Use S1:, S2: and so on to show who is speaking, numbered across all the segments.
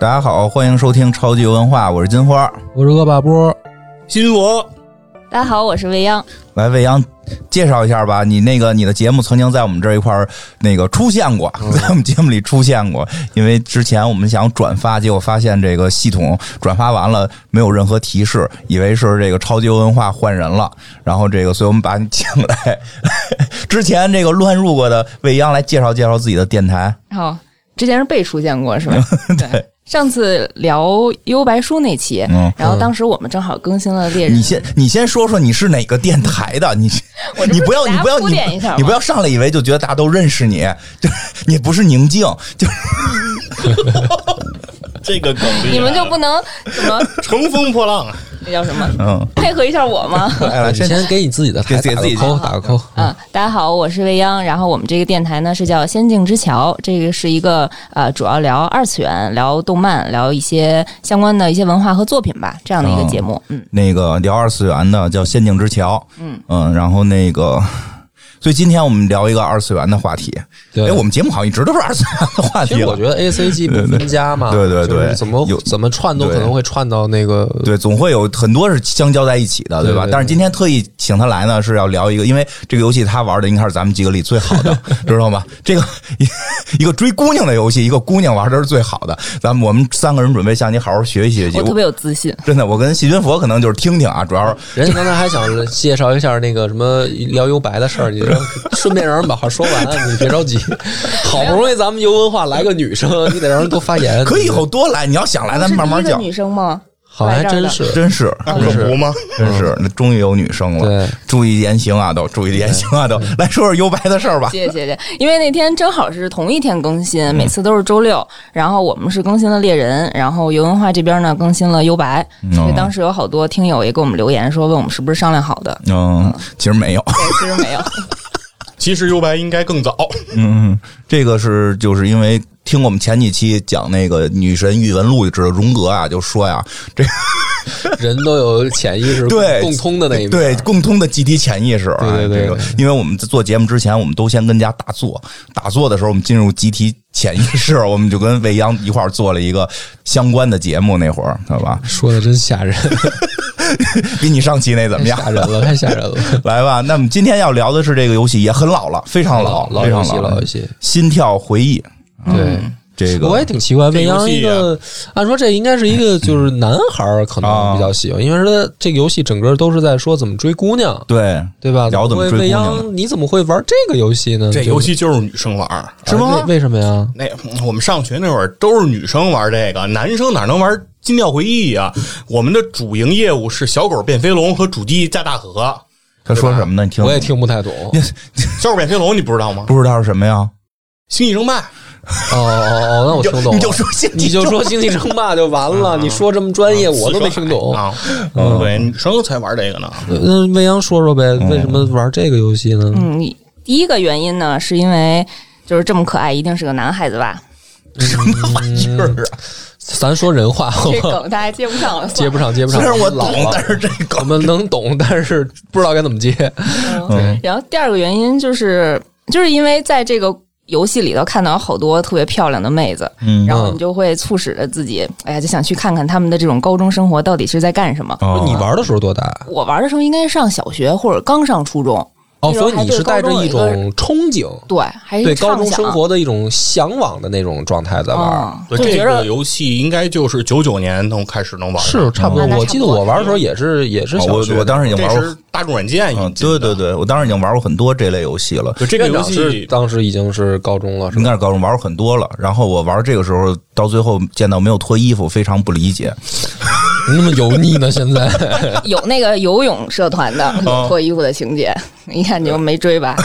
S1: 大家好，欢迎收听超级文化，我是金花。
S2: 我是恶霸波，
S3: 新我
S4: 大家好，我是未央。
S1: 来，未央介绍一下吧，你那个你的节目曾经在我们这一块儿那个出现过， 在我们节目里出现过，因为之前我们想转发，结果发现这个系统转发完了没有任何提示，以为是这个超级文化换人了，然后这个，所以我们把你请来， 之前这个乱入过的未央来介绍介绍自己的电台。
S4: 然后之前是被出现过是 吧？对。上次聊幽白书那期，
S1: 嗯
S4: 然后当时我们正好更新了猎人，
S1: 你先，你先说说你是哪个电台的？你
S4: 我 这
S1: 你
S4: 是
S1: 不要，
S4: 给
S1: 你
S4: 大家
S1: 不要，
S4: 铺
S1: 你
S4: 垫一下吗
S1: 你不要上来以为就觉得大家都认识你， 就是你不是宁静，就是
S3: 这个梗厉害，
S4: 你们就不能什 么
S3: 乘风破浪啊！
S4: 那叫什么
S1: 嗯，
S4: 配合一下我 吗？
S1: 来来，
S2: 你
S1: 啊先
S2: 先给你自己的台
S1: 给
S2: 打
S1: 自
S2: 个
S1: 己哎
S2: 扣，打个扣。
S4: 啊，大家好，我是未央。然后我们这个电台呢是叫《仙境之桥》，这个是一个呃，主要聊二次元、聊动漫、聊一些相关的一些文化和作品吧，这样的一
S1: 哦
S4: 个节目。嗯，
S1: 那个聊二次元的叫《仙境之桥》，嗯然后那个。所以今天我们聊一个二次元的话题。
S2: 对
S1: 哎，我们节目好像一直都是二次元的话
S2: 其
S1: 题
S2: 实我
S1: 了。
S2: 觉得 A C G 不分家嘛，
S1: 对对对
S2: 就是
S1: 对
S2: 怎么
S1: 有
S2: 怎么串都
S1: 对
S2: 可能会串到 那个
S1: 对，总会有很多是相交在一起的，对吧？
S2: 对对对
S1: 但是今天特意请他来呢，是要聊一个，因为这个游戏他玩的应该是咱们几个里最好 的，知道吗？这个 一个追姑娘的游戏，一个姑娘玩的是最好的。咱们我们三个人准备向你好好学习学习。
S4: 我特
S1: 我
S4: 别有自信。
S1: 真的，我跟细菌佛可能就是听听啊，主要是
S2: 人家刚才还想介绍一下那个什么聊幽白的事儿，你 说顺便让人把话说完，你别着急。好不容易咱们游文化来个女生，你得让人多发言。
S1: 可以以后多来，你要想来，咱慢慢
S4: 是第一个
S1: 讲。
S4: 女生吗？
S2: 好像还真是嗯
S1: 真是，真
S3: 可
S1: 是
S3: 不吗？
S1: 真是，那终于有女生了，
S2: 对嗯
S1: 注意言行啊，都注意言行啊，都来说说幽白的事儿吧。
S4: 谢谢谢谢，因为那天正好是同一天更新，
S1: 嗯
S4: 每次都是周六，然后我们是更新了猎人，然后游文化这边呢更新了幽白，
S1: 嗯
S4: 所
S1: 哦
S4: 以当时有好多听友也给我们留言说问我们是不是商量好 的，
S1: 嗯，其实没有，
S4: 对，其实没有，
S3: 其实幽白应该更早，
S1: 嗯，嗯，这个是就是因为听我们前几期讲那个女神异闻录，就知道荣格啊，就说呀，这
S2: 人都有潜意识
S1: 对
S2: 共通的那一面。
S1: 对共通的集体潜意识啊，
S2: 对对对
S1: 这个，因为我们做节目之前，我们都先跟家打坐，打坐的时候，我们进入集体潜意识，我们就跟未央一块儿做了一个相关的节目，那会儿好 吧，
S2: 说的真吓人，
S1: 比你上期那怎么样？
S2: 吓人了，太吓人了。
S1: 来吧，那么今天要聊的是这个游戏也很老了，非常
S2: 老
S1: 非常
S2: 游戏，
S1: 老
S2: 老
S1: 了嗯
S2: 游戏，
S1: 心跳回忆》
S2: 对。
S1: 这个，啊
S2: 我也挺奇怪，未央一
S3: 这游
S2: 个，按说这应该是一个就是男孩儿可
S1: 啊
S2: 能比较喜欢，因为说这个游戏整个都是在说怎么追姑娘，
S1: 对
S2: 对吧？
S1: 聊怎么
S2: 会
S1: 追姑
S2: 未
S1: 娘呢
S2: 央你怎么会玩这个游戏呢？
S3: 这
S2: 就是
S3: 游戏就是女生玩儿。
S2: 啊为为什么呀？
S3: 那我们上学那会儿都是女生玩这个，男生哪能玩《金调回忆》啊？我们的主营业务是小狗变飞龙和主机架大河。
S1: 他说什么 呢？你听
S2: 我也听不太懂。哦
S3: 小狗变飞龙你不知道吗？
S1: 不知道是什么呀？
S3: 星际争霸，
S2: 哦哦，那我听懂
S1: 你
S2: 了。
S1: 就说星
S2: 你就说星际争霸就完
S1: 啊
S2: 了，你说这么专业，我都没听懂。嗯
S3: 啊。对，女生才玩这个呢。
S2: 那未央说说
S1: 嗯
S2: 呗，为什么玩这个游戏呢？
S4: 嗯，第一个原因呢是因为就是这么可爱，一定是个男孩子吧，
S1: 什么玩意儿啊？
S2: 嗯咱说人话好
S4: 这
S2: 吧？
S4: 梗大家接不上了，
S2: 接不上，接不上。
S1: 虽然我
S2: 老
S1: 懂，
S2: 了
S1: 但是这
S2: 我
S1: 个
S2: 们能懂，但是不知道该怎么接。
S1: 嗯
S4: 然后第二个原因就是，就是因为在这个游戏里头看到好多特别漂亮的妹子，
S1: 嗯
S4: 然后你就会促使着自己，哎呀，就想去看看他们的这种高中生活到底是在干什么。
S1: 哦
S2: 你玩的时候多大？
S4: 我玩的时候应该上小学或者刚上初中，
S2: 哦，
S4: 那时
S2: 所
S4: 候
S2: 以你是带着一种憧憬，
S4: 对，还是
S2: 对
S4: 畅
S2: 高
S4: 想
S2: 中生活的一种向往的那种状态在玩儿。
S4: 嗯，
S3: 对
S4: 就
S3: 这
S4: 觉
S3: 个
S4: 得
S3: 游戏应该就是九九年能开始能玩，
S2: 是差不多，
S4: 嗯那
S2: 我
S4: 差不
S2: 记得
S4: 多
S2: 我玩的时候也是也是
S1: 哦
S2: 小学
S1: 我我当时已经
S3: 这
S1: 玩
S3: 是
S1: 过，
S3: 大众软件
S1: 嗯，
S3: 引进
S1: 对
S3: 的。
S1: 对对，我当时已经玩过很多这类游戏了。
S3: 就这个
S2: 院
S3: 游
S2: 长是
S3: 戏
S2: 当时已经是高中了，是
S1: 应
S2: 吧？
S1: 该是高中玩过很多了，然后我玩这个时候到最后见到没有脱衣服，非常不理解。
S2: 你那么油腻呢？现在
S4: 有那个游泳社团 的
S2: 哦
S4: 脱衣服的情节， 一看你就没追吧？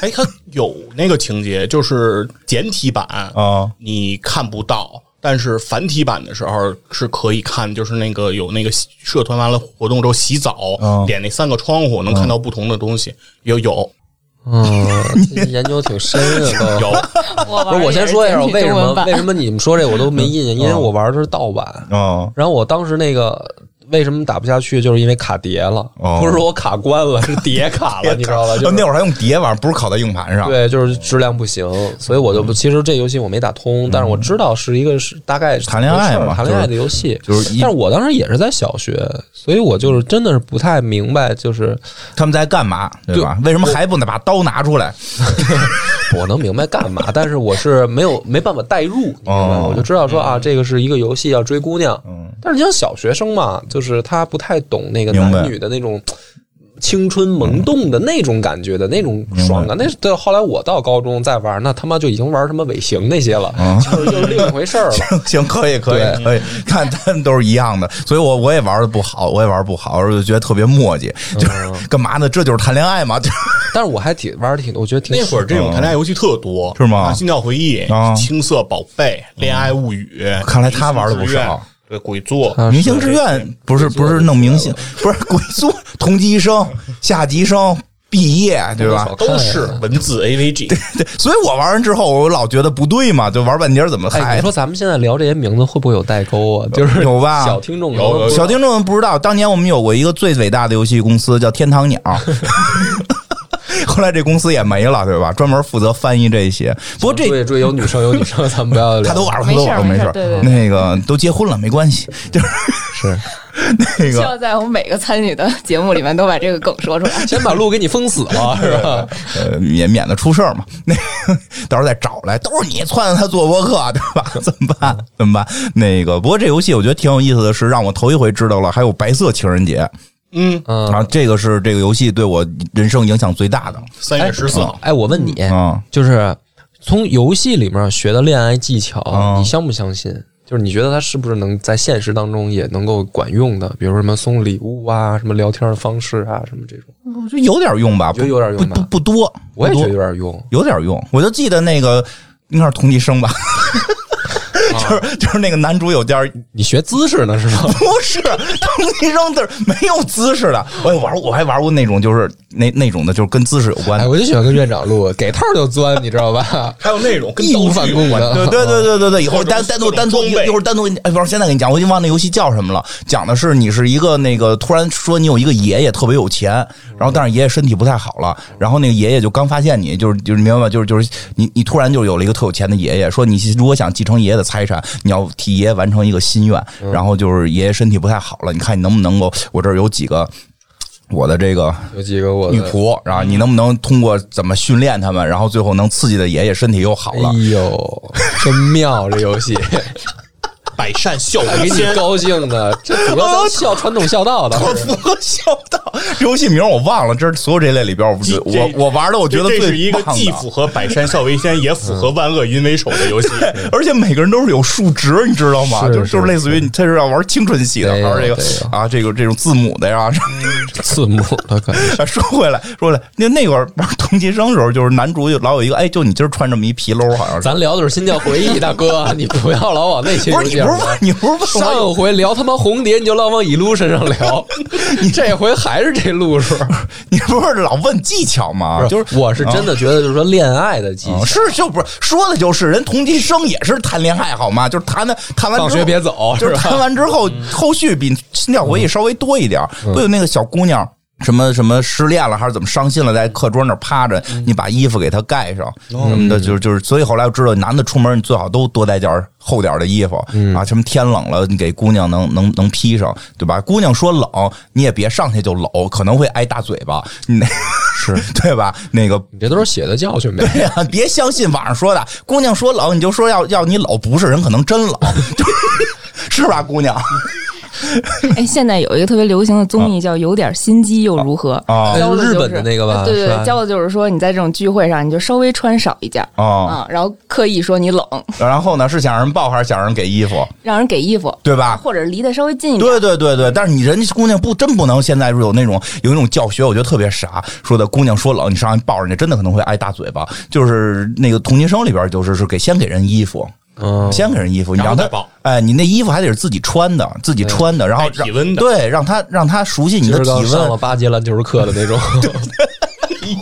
S3: 哎，它有那个情节，就是简体版
S1: 啊
S3: 你看不到，但是繁体版的时候是可以看，就是那个有那个社团完了活动之后洗澡，
S1: 嗯
S3: 点那三个窗户能看到不同的东西，有有
S2: 嗯，研究挺深 啊，都。
S3: 有，
S4: 我
S2: 不是，我先说一下我为什嗯哦么为什么你们说这我都没印象，因为我玩的是盗版。
S1: 哦
S2: 然后我当时那个为什么打不下去，就是因为卡碟了，
S1: 哦
S2: 不是说我卡关了，是碟卡 了，你知道吧？就是
S1: 那会儿还用碟玩，不是拷在硬盘上。嗯
S2: 对，就是质量不行，所以我就不。其实这游戏我没打通，但是我知道是一个是大概是
S1: 谈恋爱
S2: 怎么回事
S1: 嘛
S2: 儿谈恋爱
S1: 就
S2: 的游戏。
S1: 就是一
S2: 但是我当时也是在小学，所以我就是真的是不太明白，就是
S1: 他们在干嘛，对吧？为什么还不能把刀拿出来？
S2: 我能明白干嘛，但是我是没有没办法代入，你明白吗？
S1: 哦
S2: 我就知道说啊，这个是一个游戏要追姑娘，
S1: 嗯，
S2: 但是你像小学生嘛，就是他不太懂那个
S1: 明白嗯
S2: 男女的那种青春萌动的那种感觉的那种爽感。那是到后来我到高中再玩，那他妈就已经玩什么尾行那些了，
S1: 啊
S2: 就是就是另一回事儿了。
S1: 行，可以，可以，可以。看他们都是一样的，所以我我也玩的不好，我也玩得不好，我就觉得特别墨迹，
S2: 嗯
S1: 就是 干嘛呢？这就是谈恋爱嘛，就是
S2: 但是我还挺玩的挺，我觉得挺
S3: 那会儿这种谈恋爱游戏特多，
S1: 嗯是吗
S3: 啊心跳回忆
S1: 啊、嗯
S3: 青涩宝贝、恋爱物语，
S1: 看来他玩得不少嗯
S3: 明星志愿。对，鬼作，
S2: 啊
S1: 明星志愿不是不是弄明星，不是鬼宿同级生、下级生、毕业，对吧？
S3: 都是文字 AVG。
S1: 嗯对，所以我玩完之后，我老觉得不对嘛，就玩半截儿怎么
S2: 哎，
S1: 还
S2: 你说咱们现在聊这些名字会不会有代沟啊？就是
S1: 有吧
S2: 小听众
S3: 有有有
S1: 小听众们不知道，当年我们有过一个最伟大的游戏公司叫天堂鸟。 后来这公司也没了，对吧？专门负责翻译这些。不过这
S2: 对对，有女生有女生，咱们不要聊。
S1: 他都玩过，他都玩过，没
S4: 没事
S1: 事
S4: 儿
S1: 儿。
S4: 没事儿对对
S1: 那个都结婚了，没关系。就是
S2: 是
S1: 那
S4: 需
S1: 个
S4: 要在我们每个参与的节目里面都把这个梗说出来。
S2: 先把路给你封死了，是吧？
S1: 呃，也免得出事儿嘛。 那到时候再找来，都是你撺掇他做播客， 对吧？怎么办？ 怎么办？那个，不过这游戏我觉得挺有意思的是，让我头一回知道了还有白色情人节
S3: 嗯，
S2: 嗯，
S1: 啊，这个是这个游戏对我人生影响最大的。
S3: 三月十四号，
S2: 哎，我问你，
S1: 嗯，
S2: 就是从游戏里面学的恋爱技巧，
S1: 嗯
S2: 你相不相信？就是你觉得它是不是能在现实当中也能够管用的？比如说什么送礼物啊，什么聊天的方式啊，什么这种，
S1: 我觉得有点用吧，
S2: 觉得有点用吧
S1: 不不不多，
S2: 我也
S1: 不
S2: 觉
S1: 多
S2: 得有点用。
S1: 有点用。我就记得那个应该是同级生吧，
S2: 啊
S1: 就是就是那个男主有点儿
S2: 你学姿势呢是吗？
S1: 不是同级生，就是没有姿势的。我也玩过，我还玩过那种就是那那种的，就是跟姿势有关
S2: 哎，
S1: 的。
S2: 我就喜欢跟院长录，给套就钻，你知道吧？
S3: 还有那种跟
S2: 义无
S3: 道具
S2: 反顾
S3: 有关
S2: 的，
S1: 对对对对对对，以后
S3: 各种
S1: 单单独
S3: 各种
S1: 单独
S3: 装
S1: 一
S3: 备
S1: 一会儿单独给你，哎，不是，现在给你讲，我已经忘那游戏叫什么了。讲的是你是一个那个突然说你有一个爷爷特别有钱，然后但是爷爷身体不太好了，然后那个爷爷就刚发现你，就是就是你明白吧，就是就是你你突然就有了一个特有钱的爷爷，说你如果想继承爷爷的财产，你要替爷爷完成一个心愿，
S3: 嗯
S1: 然后就是爷爷身体不太好了，你看你能不能够，我这儿有几个我的这个
S2: 有几个我的
S1: 女仆，然后你能不能通过怎么训练他们，然后最后能刺激的爷爷身体又好了
S2: 哎。呦，真妙！这游 戏
S3: 百善孝
S2: 给
S3: 为
S2: 你
S3: 先，
S2: 高兴的，这主要 咱孝传统孝道的，
S1: 我符合孝道。游戏名我忘了，这是所有这类里边，我不
S3: 这
S1: 我我玩的，我觉得
S3: 这是
S1: 最
S3: 一个
S1: 棒
S3: 既
S1: 的。嗯
S3: 符合百善孝为先，也符合万恶淫为首的 游戏。
S1: 而且每个人都是有数值，你知道吗？
S2: 是
S1: 就是就是是类似于你这是要玩青春系的，
S2: 对
S1: 玩这
S2: 对嗯
S1: 个啊，这个这种字母的呀。
S2: 字幕了，感觉。
S1: 说回来，说回来，那那会儿玩同级生的时候，就是男主就老有一个，哎，就你今儿穿这么一皮褛，好像是。
S2: 咱聊的是心跳回忆，大哥， 你不要老往那些
S1: 不是
S2: 游
S1: 你
S2: 戏上
S1: 不是
S2: 聊
S1: 问你不是问我有
S2: 上回聊他妈红蝶，你就老往乙路身上 聊，你这回还是这路数。啊
S1: 你不是老问技巧吗？就是啊
S2: 是，我哦是真的觉得，就是说恋爱的技巧
S1: 嗯，是就不是说的就是人同级生也是谈恋爱好吗？就是谈的谈完之后
S2: 放学别走，
S1: 就是
S2: 吧？
S1: 谈完之后，后续比心跳回忆稍微多一点儿，不有那个小姑娘。什么什么失恋了还是怎么伤心了，在课桌那儿趴着，你把衣服给她盖上什么的，就是就是，所以后来我知道，男的出门你最好都多带件儿厚点儿的衣服啊，什么天冷了你给姑娘能能能披上，对吧？姑娘说冷你也别上去就搂，可能会挨大嘴巴，你那是 对吧？那个
S2: 你这都是血的教训呗。
S1: 对呀、别相信网上说的，姑娘说冷你就说要要你搂，不是人可能真冷， 是吧，姑娘？
S4: 哎，现在有一个特别流行的综艺叫《有点心机又如何》，
S1: 啊
S4: 教的就是
S2: 哦
S4: 呃
S2: 日本的那个吧
S4: 对对
S2: 是吧
S4: 对，教的就是说你在这种聚会上，你就稍微穿少一件儿
S1: 哦，
S4: 啊，然后刻意说你冷，
S1: 然后呢是想让人抱还是想让人给衣服，
S4: 让人给衣服，
S1: 对吧？
S4: 或者离得稍微近一点。
S1: 对对对对，但是你人家姑娘不真不能现在有那种有一种教学，我觉得特别傻，说的姑娘说冷你上去抱人家，真的可能会挨大嘴巴。就是那个同级生里边就是是给先给人衣服，
S2: 嗯，
S1: 先给人衣服，你
S3: 然
S1: 让
S3: 后再
S1: 他
S3: 抱
S1: 哎，你那衣服还得是自己穿的，自己穿的，然后
S3: 带体温的
S1: 对，让他让他熟悉你
S2: 就
S1: 的
S2: 是
S1: 体
S2: 刚上了
S1: 温。
S2: 八节篮球课的那 种。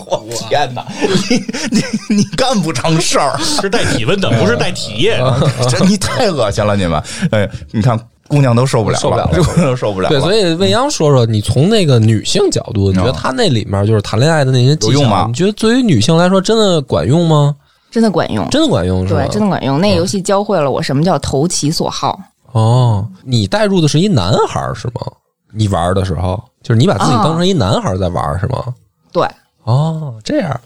S1: 我天哪，你 你你干不成事儿。
S2: 嗯
S3: 是带体温的，不是带体液的。
S1: 这你太恶心了，你们！哎，你看。姑娘都受不了
S2: 受不了了
S1: 这姑娘都受不了了。
S2: 对，所以未央说说，你从那个女性角度，你觉得她那里面就是谈恋爱的那些技
S1: 有用吗
S2: 巧，你觉得对于女性来说真的管用吗？
S4: 真的管用。
S2: 真的管用是吧？
S4: 对，真的管用。那游戏教会了我什么叫投其所好。
S2: 哦，你带入的是一男孩儿是吗？你玩儿的时候，就是你把自己当成一男孩儿在玩儿是吗？
S4: 对，
S2: 哦，这样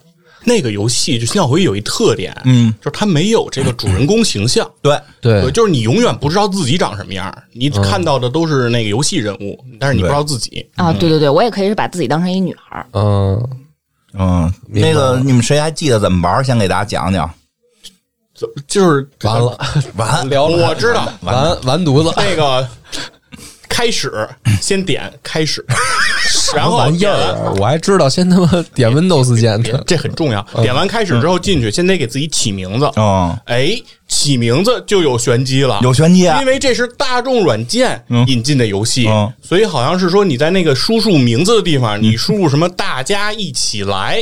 S3: 那个游戏就《心跳回忆》有一特点，
S1: 嗯，
S3: 就是它没有这个主人公形象，
S1: 对，
S2: 对，嗯
S3: 就是你永远不知道自己长什么样儿，你看到的都是那个游戏人物，但是你不知道自己。
S4: 啊，对对对，我也可以是把自己当成一女孩儿。
S2: 嗯，
S1: 嗯，
S2: 明白
S1: 那个
S2: 了
S1: 你们谁还记得怎么玩？先给大家讲讲。
S3: 就就是
S2: 完了，
S1: 完
S2: 聊了
S3: 我知道
S2: 完完犊子，
S3: 那个开始，先点开 始，然后
S2: 玩意
S3: 点完
S2: 儿，我啊还知道先他妈点 Windows 键 呢。
S3: 这很重要。
S2: 嗯
S3: 点完开始之后进去，先得给自己起名
S2: 哦
S3: 字。
S1: 嗯，
S3: 哎，起名字就有玄机了，
S1: 有玄机啊
S3: 因为这是大众软件
S1: 嗯
S3: 引进的游戏，
S1: 嗯
S3: 所以好像是说你在那个输入名字的地方，你输入什么“大家一起来”，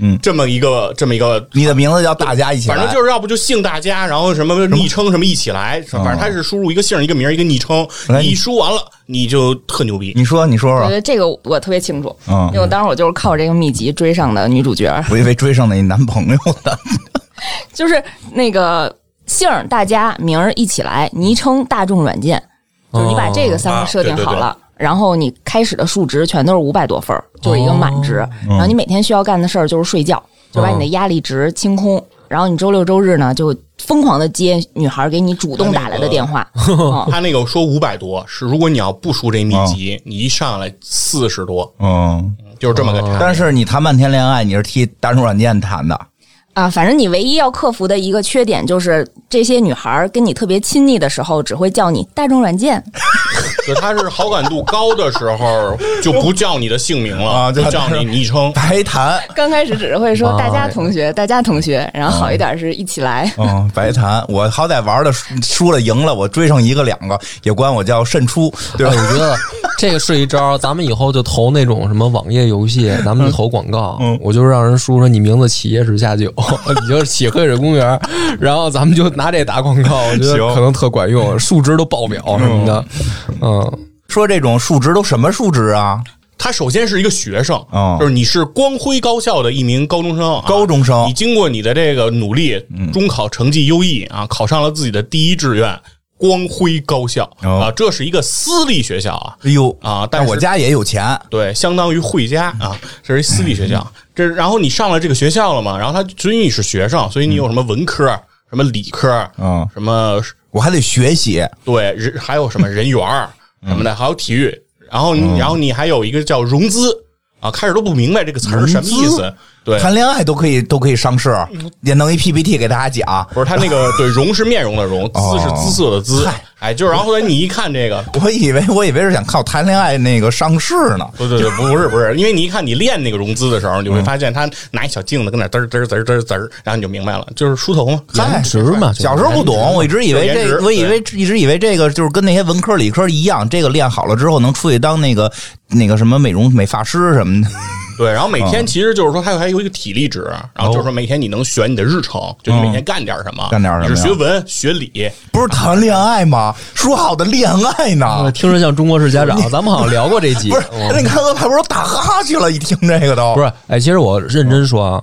S1: 嗯
S3: 这么一个这么一个。
S1: 你的名字叫大家一起来，
S3: 反正就是要不就姓大家，然后什么昵称什么一起来，
S1: 哦
S3: 反正他是输入一个姓、一个名、一个昵称，
S1: 哎
S3: 你一输完了你就特牛逼。
S1: 你说，你说
S4: 我觉
S1: 说，
S4: 得这个我特别清楚，
S1: 嗯
S4: 因为我当时我就是靠这个秘籍追上的女主角，
S1: 我以为追上那男朋友的。
S4: 就是那个姓儿大家名儿一起来，昵称大众软件，就是你把这个三
S3: 哦
S4: 个设定
S3: 啊对对
S4: 好
S3: 对
S4: 了。然后你开始的数值全都是五百多分儿，就是一个满值。
S3: 哦
S4: 然后你每天需要干的事儿就是睡觉，就把你的压力值清空。然后你周六周日呢，就疯狂的接女孩给你主动打来的电话。
S3: 哦
S4: 嗯
S3: 他那个说五百多是，如果你要不输这秘
S1: 哦
S3: 籍，你一上来四十多，
S1: 嗯，
S3: 就是这么个差别。
S1: 但是你谈半天恋爱，你是替大众软件谈的，
S4: 啊，反正你唯一要克服的一个缺点就是，这些女孩跟你特别亲密的时候，只会叫你大众软件。
S3: 就他是好感度高的时候，就不叫你的姓名了，
S1: 啊
S3: 就
S1: 就
S3: 叫你昵称。
S1: 白谈。
S4: 刚开始只是会说
S2: 妈呀
S4: 大家同
S2: 哎
S4: 学，大家同
S2: 哦
S4: 学，然后好一点是一起来。
S1: 嗯，白谈。我好歹玩的输了赢了，我追上一个两个，也管我叫渗出，对
S2: 哎，
S1: 吧？
S2: 我觉得这个是一招，咱们以后就投那种什么网页游戏，咱们就投广告，
S1: 嗯
S2: 我就让人输说你名字起夜市下酒，你就是起黑水公园，然后咱们就拿这打广告，我觉得
S1: 行
S2: 可能特管用，数值都爆表什么的，嗯，
S1: 说这种数值都什么数值啊？
S3: 他首先是一个学生，
S1: 哦
S3: 就是你是光辉高校的一名高中生、啊，
S1: 高中生嗯
S3: 你经过你的这个努力，中考成绩优异啊，考上了自己的第一志愿——光辉高校、
S1: 哦
S3: 啊，这是一个私立学校啊。
S1: 哎呦
S3: 啊但
S1: 但
S3: 是
S1: 我家也有钱，
S3: 对，相当于惠家啊，这是一私立学
S1: 嗯
S3: 校。这然后你上了这个学校了嘛？然后他所以你是学生，所以你有什么文科、什么理科、
S1: 嗯
S3: 什么
S1: 我还得学习。
S3: 对，人还有什么人缘儿
S1: 嗯
S3: 什么的，还有体育，然后你然后你还有一个叫融资啊，开始都不明白这个词儿是什么意
S1: 融
S3: 思。对，嗯
S1: 谈恋爱都可以都可以上市，也弄一 PPT 给大家讲。
S3: 不是他那个对融是面容的融，
S1: 哦
S3: 姿是姿色的姿
S1: 嗨，
S3: 哎，就然后后来你一看这个。
S1: 我以为我以为是想靠谈恋爱那个上市 呢。
S3: 不对对，不不是不是，因为你一看你练那个融资的时候，
S1: 嗯
S3: 你就会发现他拿一小镜子跟那嘚儿嘚儿嘚儿嘚儿嘚儿，然后你就明白了，就是梳头嘛。
S1: 嗨
S2: 颜值嘛，就是
S1: 哎小时候不懂，我一直以为
S3: 颜值
S1: 这，我以为一直以为这个就是跟那些文科理科一样，这个练好了之后能出去当那个那个什么美容美发师什 么的。
S3: 对，然后
S1: 嗯
S3: 每天其实就是说，它有还有一个体力值，啊然后就是说每天你能选你的日程，就你每天干点什么，
S1: 哦嗯干点什么呀
S3: 你是学文学理，
S1: 不是谈恋爱吗？说好的恋爱呢？
S2: 啊听着像中国式家 长，咱们好像聊过这集，
S1: 不是，
S2: 嗯
S1: 那你看俄派不是打哈去了？一听这个都
S2: 不是，哎，其实我认真说啊，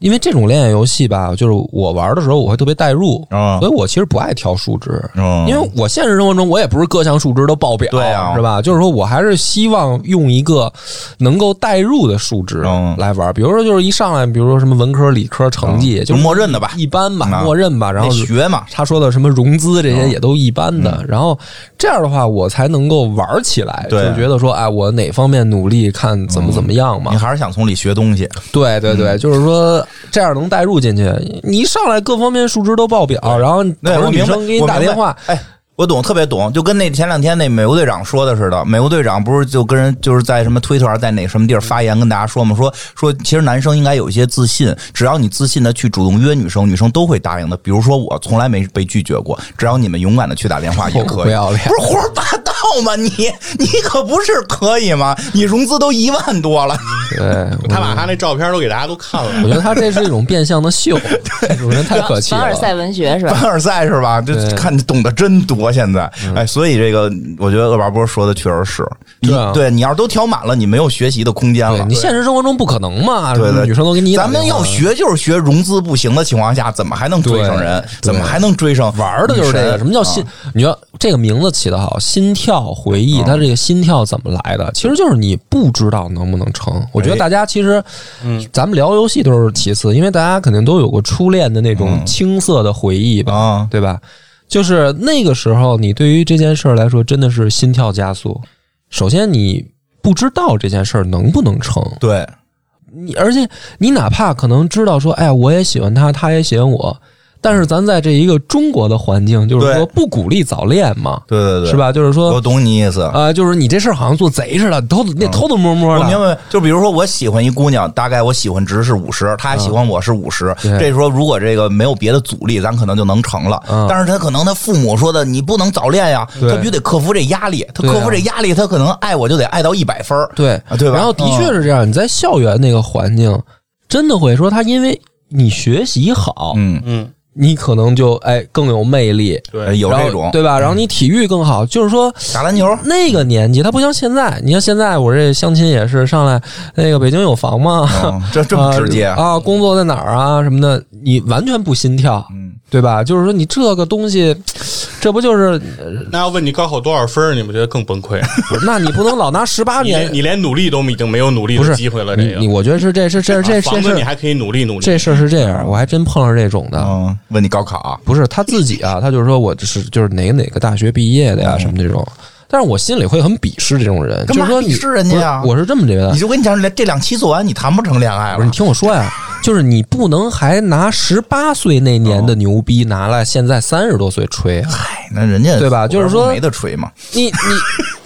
S2: 因为这种恋爱游戏吧，就是我玩的时候我会特别代入，
S1: 嗯
S2: 所以我其实不爱挑数值，
S1: 嗯
S2: 因为我现实生活中我也不是各项数值都爆表，
S1: 对啊
S2: 是吧？就是说我还是希望用一个能够代入的数值
S1: 嗯
S2: 来玩，比如说就是一上来，比如说什么文科、理科成绩，
S1: 嗯
S2: 就
S1: 默认的吧
S2: 一般吧，
S1: 嗯
S2: 默认吧，然后
S1: 得学嘛。
S2: 他说的什么融资这
S1: 啊
S2: 些也都一般的，然后这样的话我才能够玩起来，就
S1: 嗯对
S2: 觉得说，哎，我哪方面努力，看怎么怎么样嘛。
S1: 你还是想从里学东西，
S2: 对对
S1: 嗯
S2: 对，就是说这样能带入进去。你一上来各方面数值都爆表，然后
S1: 对
S2: 可
S1: 我
S2: 是女
S1: 明白。
S2: 生给你
S1: 我
S2: 打
S1: 明白
S2: 电话，，
S1: 哎，我懂，特别懂，就跟那前两天那美国队长说的似的，美国队长不是就跟人就是在什么推特上在哪什么地儿发言跟大家说嘛，说说其实男生应该有一些自信，只要你自信的去主动约女生，女生都会答应的。比如说我从来没被拒绝过，只要你们勇敢的去打电话也
S2: 我
S1: 可
S2: 不
S1: 以。
S2: 要脸
S1: 不是胡说八道吗？你 你可不是可以吗？你融资都一万多了，
S2: 对，
S3: 他把他那照片都给大家都看了。
S2: 我觉得他这是一种变相 的秀，这种人太可气啊
S4: 凡
S2: 了
S4: 尔。赛文学是吧？
S1: 凡尔赛是吧？这
S2: 对嗯
S1: 看懂得真多，现在哎，所以这个我觉得恶霸波说的确实是，你
S2: 对啊
S1: 对你要是都调满了，你没有学习的空间
S2: 对
S1: 了
S2: 你。现实生活中不可能嘛，
S1: 对对，
S2: 女生都给你嗯打
S1: 咱
S2: 电
S1: 们
S2: 话。
S1: 要学就是学融资不行的情况下，怎么还能追上人？
S2: 对
S1: 怎么还能追上玩
S2: 玩的就是这个，什么叫心？你要这个名字起得好，心跳回忆，它这个心跳怎么来的？其实就是你不知道能不能成。我觉得大家其实，咱们聊游戏都是其次，因为大家肯定都有过初恋的那种青涩的回忆吧，
S1: 啊？
S2: 对吧？就是那个时候，你对于这件事儿来说，真的是心跳加速。首先，你不知道这件事儿能不能成，
S1: 对，
S2: 你而且你哪怕可能知道说，哎，我也喜欢他，他也喜欢我，但是咱在这一个中国的环境，就是
S1: 对
S2: 说不鼓励早恋嘛，
S1: 对对对，
S2: 是？吧？就是
S1: 我
S2: 说，
S1: 懂你意思。
S2: 啊、就是你这事儿好像做贼似的，偷那偷偷摸摸
S1: 我明
S2: 的。
S1: 白，就比如说我喜欢一姑娘，大概我喜欢值是五十，她喜欢我是五十、
S2: 嗯对
S1: 这时候如果这个没有别的阻力，咱可能就能成了。
S2: 嗯
S1: 但是她可能她父母说的你不能早恋呀，
S2: 对
S1: 她必须得克服这压力，她
S2: 对啊
S1: 克服这压力，她可能爱我就得爱到一百分儿
S2: 对
S1: 啊对吧啊
S2: 然后的确是这样，你在校园那个环境，真的会说他因为你学习好，
S1: 嗯，
S3: 嗯，
S2: 你可能就哎更有魅力，
S3: 对，
S1: 有
S2: 然后
S1: 这种嗯
S2: 对吧？然后你体育更好，就是说
S1: 打 篮球，
S2: 那个年纪，他不像现在。你像现在我这相亲也是上来，那个北京有房吗？
S1: 嗯这这么直接
S2: 啊、啊工作在哪儿啊什么的，你完全不心跳，
S1: 嗯，
S2: 对吧？就是说你这个东西，这不就是？
S3: 那要问你高考多少分儿，你们觉得更崩溃？啊
S2: 那你不能老拿十八
S3: 你
S2: 年
S3: 连，你连努力都已经没有努力
S2: 不
S3: 的
S2: 是
S3: 机会了，这
S2: 你
S3: 个
S2: 你，我觉得是这是这这这
S3: 啊房
S2: 事
S3: 子你
S2: 儿
S3: 还可以努力努力。
S2: 这事儿是这样，我还真碰上这种的。
S1: 嗯，问你高考啊，
S2: 不是他自己啊，他就是说我就是就是哪个哪个大学毕业的呀，什么这种。但是我心里会很鄙视这种人，就
S1: 干嘛
S2: 是说你
S1: 鄙视人家呀
S2: 不是我是这么觉得，
S1: 你啊就跟你讲，连这两期做完，你谈不成恋爱
S2: 嗯不
S1: 了
S2: 是你。听我说呀，就是你不能还拿十八岁那年的牛逼拿来现在三十多岁吹啊！
S1: 嗨，哎那人家
S2: 对吧就是说
S1: 没得吹嘛，
S2: 你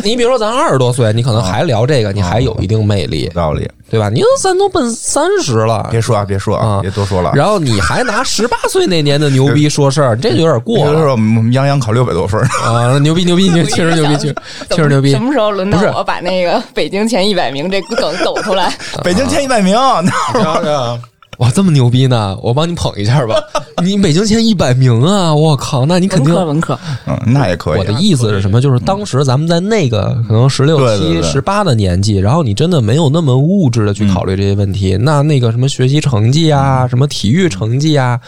S2: 你你，比如说咱二十多岁，你可能还聊这个，你还有一定魅力
S1: 有，道理。
S2: 对吧？你都咱都奔三十了，
S1: 别说啊，别说啊，
S2: 啊
S1: 别多说了啊。
S2: 然后你还拿十八岁那年的牛逼说事儿，这就有点过
S1: 我就
S2: 了
S1: 说我们杨洋考六百多 分儿，
S2: 啊！牛逼牛逼，你确实牛逼，确 确实牛逼
S4: 什。么时候轮
S2: 不是
S4: 到我把那个北京前一百名这 梗抖出来？
S1: 北京前一百名，那
S3: 你瞧瞧，
S2: 哇，这么牛逼呢！我帮你捧一下吧。你北京前一百名啊！我靠，那你肯
S4: 文
S2: 定
S4: 科文科，
S1: 嗯，那也可以。
S2: 我的意思是什么？就是当时咱们在那个可能十六
S1: 嗯对对嗯
S2: 七、
S1: 对
S2: 十八的年纪，然后你真的没有那么物质的去考虑这些问题。那那个什么学习成绩
S1: 嗯
S2: 啊，什么体育成绩啊，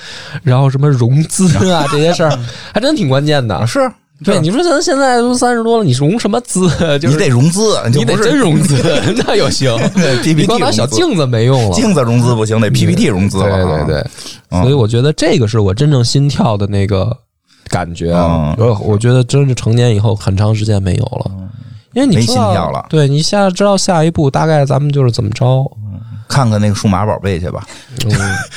S2: 然后什么融资 啊这些事儿，还真挺关键的。
S1: 是，
S2: 对，你说咱现在都三十多了，你融什么资？ 就是
S1: 你得融资，
S2: 你得
S1: 就不是
S2: 真融资， 那就行。
S1: PPT
S2: 你光拿
S1: 融资
S2: 小镜子没用了。嗯
S1: 镜子融资不行，得 PPT 融资了。
S2: 对对对，
S1: 嗯
S2: 所以我觉得这个是我真正心跳的那个感觉。
S1: 嗯
S2: 我我觉得真是成年以后很长时间没有了，因为你
S1: 没
S2: 知道
S1: 心跳了
S2: 对你下知道下一步大概咱们就是怎么着。
S1: 看看那个数码宝贝去吧。
S2: 嗯，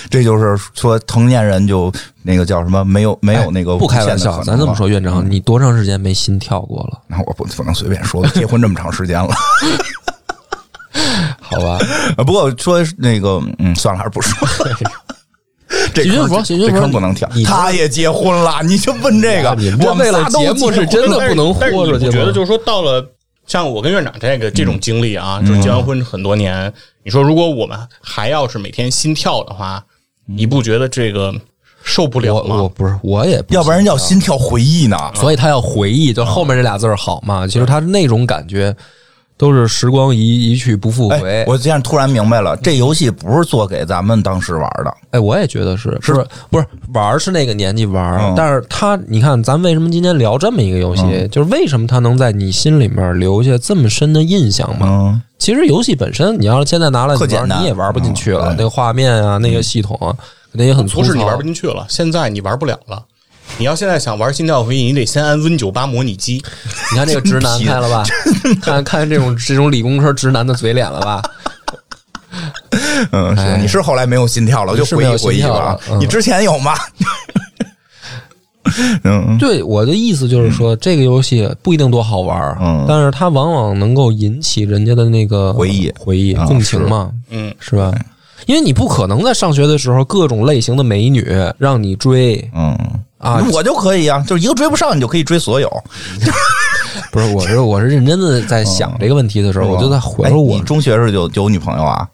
S1: 这就是说，成年人就那个叫什么，没有没有那个
S2: 哎 不
S1: 无
S2: 开
S1: 限
S2: 玩
S1: 的
S2: 笑，
S1: 可能
S2: 咱这么
S1: 了嗯
S2: 说，，院长，你多长时间没心跳过了？
S1: 那我不不能随便说，结婚这么长时间了。
S2: 好吧，
S1: 不过说那个，嗯，算了，还是不 说。这
S2: 许君
S1: 坑
S2: 佛许君
S1: 这
S2: 佛
S1: 坑不能跳
S2: 你，
S1: 他也结婚了，你就问这个
S2: 你们，这
S1: 我们
S2: 为了
S1: 仨都
S2: 节目
S1: 结
S2: 是
S1: 婚
S2: 真的
S1: 了
S2: 不
S3: 但是
S2: 能
S3: 但是
S2: 豁出
S3: 你
S2: 去
S3: 不觉
S2: 吗
S3: 得就是说到了像我跟院长这个
S2: 嗯
S3: 这种经历啊，就是结完婚很多年，你说如果我们还要是每天心跳的话，你不觉得这个受不了
S2: 我我
S3: 吗？
S2: 不是，我也不
S1: 要不然叫
S2: 心跳嗯
S1: 心跳回忆呢。
S2: 所以他要回忆，就后面这俩字儿好
S1: 嗯
S2: 嘛。其实他那种感觉都是时光一一去不复
S1: 哎
S2: 回，。
S1: 我这样突然明白
S2: 嗯
S1: 了，这游戏不是做给咱们当时玩的，
S2: 哎，我也觉得是，不是不是玩儿是那个年纪玩儿，
S1: 嗯
S2: 但是他你看，咱为什么今天聊这么一个游戏，就是为什么它能在你心里面留下这么深的印象嘛？
S1: 嗯，
S2: 其实游戏本身，你要是现在拿来
S1: 特
S2: 你
S1: 简
S2: 玩儿，
S1: 单
S2: 你也玩不进去了，
S1: 嗯对嗯
S2: 那个画面啊，那个系统啊，肯定也很粗
S3: 不
S2: 糙。
S3: 是你玩不进去了，现在你玩不了了。你要现在想玩心跳回忆，你得先安 Win 九八模拟机。
S2: 你看这个直 男看了吧？ 看看这种这种理工科直男的嘴脸了吧？
S1: 嗯，是
S2: 哎
S1: 你是后来没有心跳了，我就是回
S2: 没有
S1: 忆回忆
S2: 心跳
S1: 吧
S2: 了。嗯
S1: 你之前有 吗？嗯，
S2: 对，我的意思就是说，这个游戏不一定多好玩儿，
S1: 嗯
S2: 但是它往往能够引起人家的那个
S1: 回忆
S2: 回忆、
S1: 啊
S2: 共情嘛，
S3: 嗯，
S2: 是吧？因为你不可能在上学的时候各种类型的美女让你追
S1: 嗯
S2: 啊，
S1: 我就可以啊，就是一个追不上，你就可以追所有。
S2: 不是，我是我是认真的在想这个问题的时候，
S1: 是吧
S2: 我就在回
S1: 嗯哎
S2: 说我
S1: 你中学时候有有女朋友啊？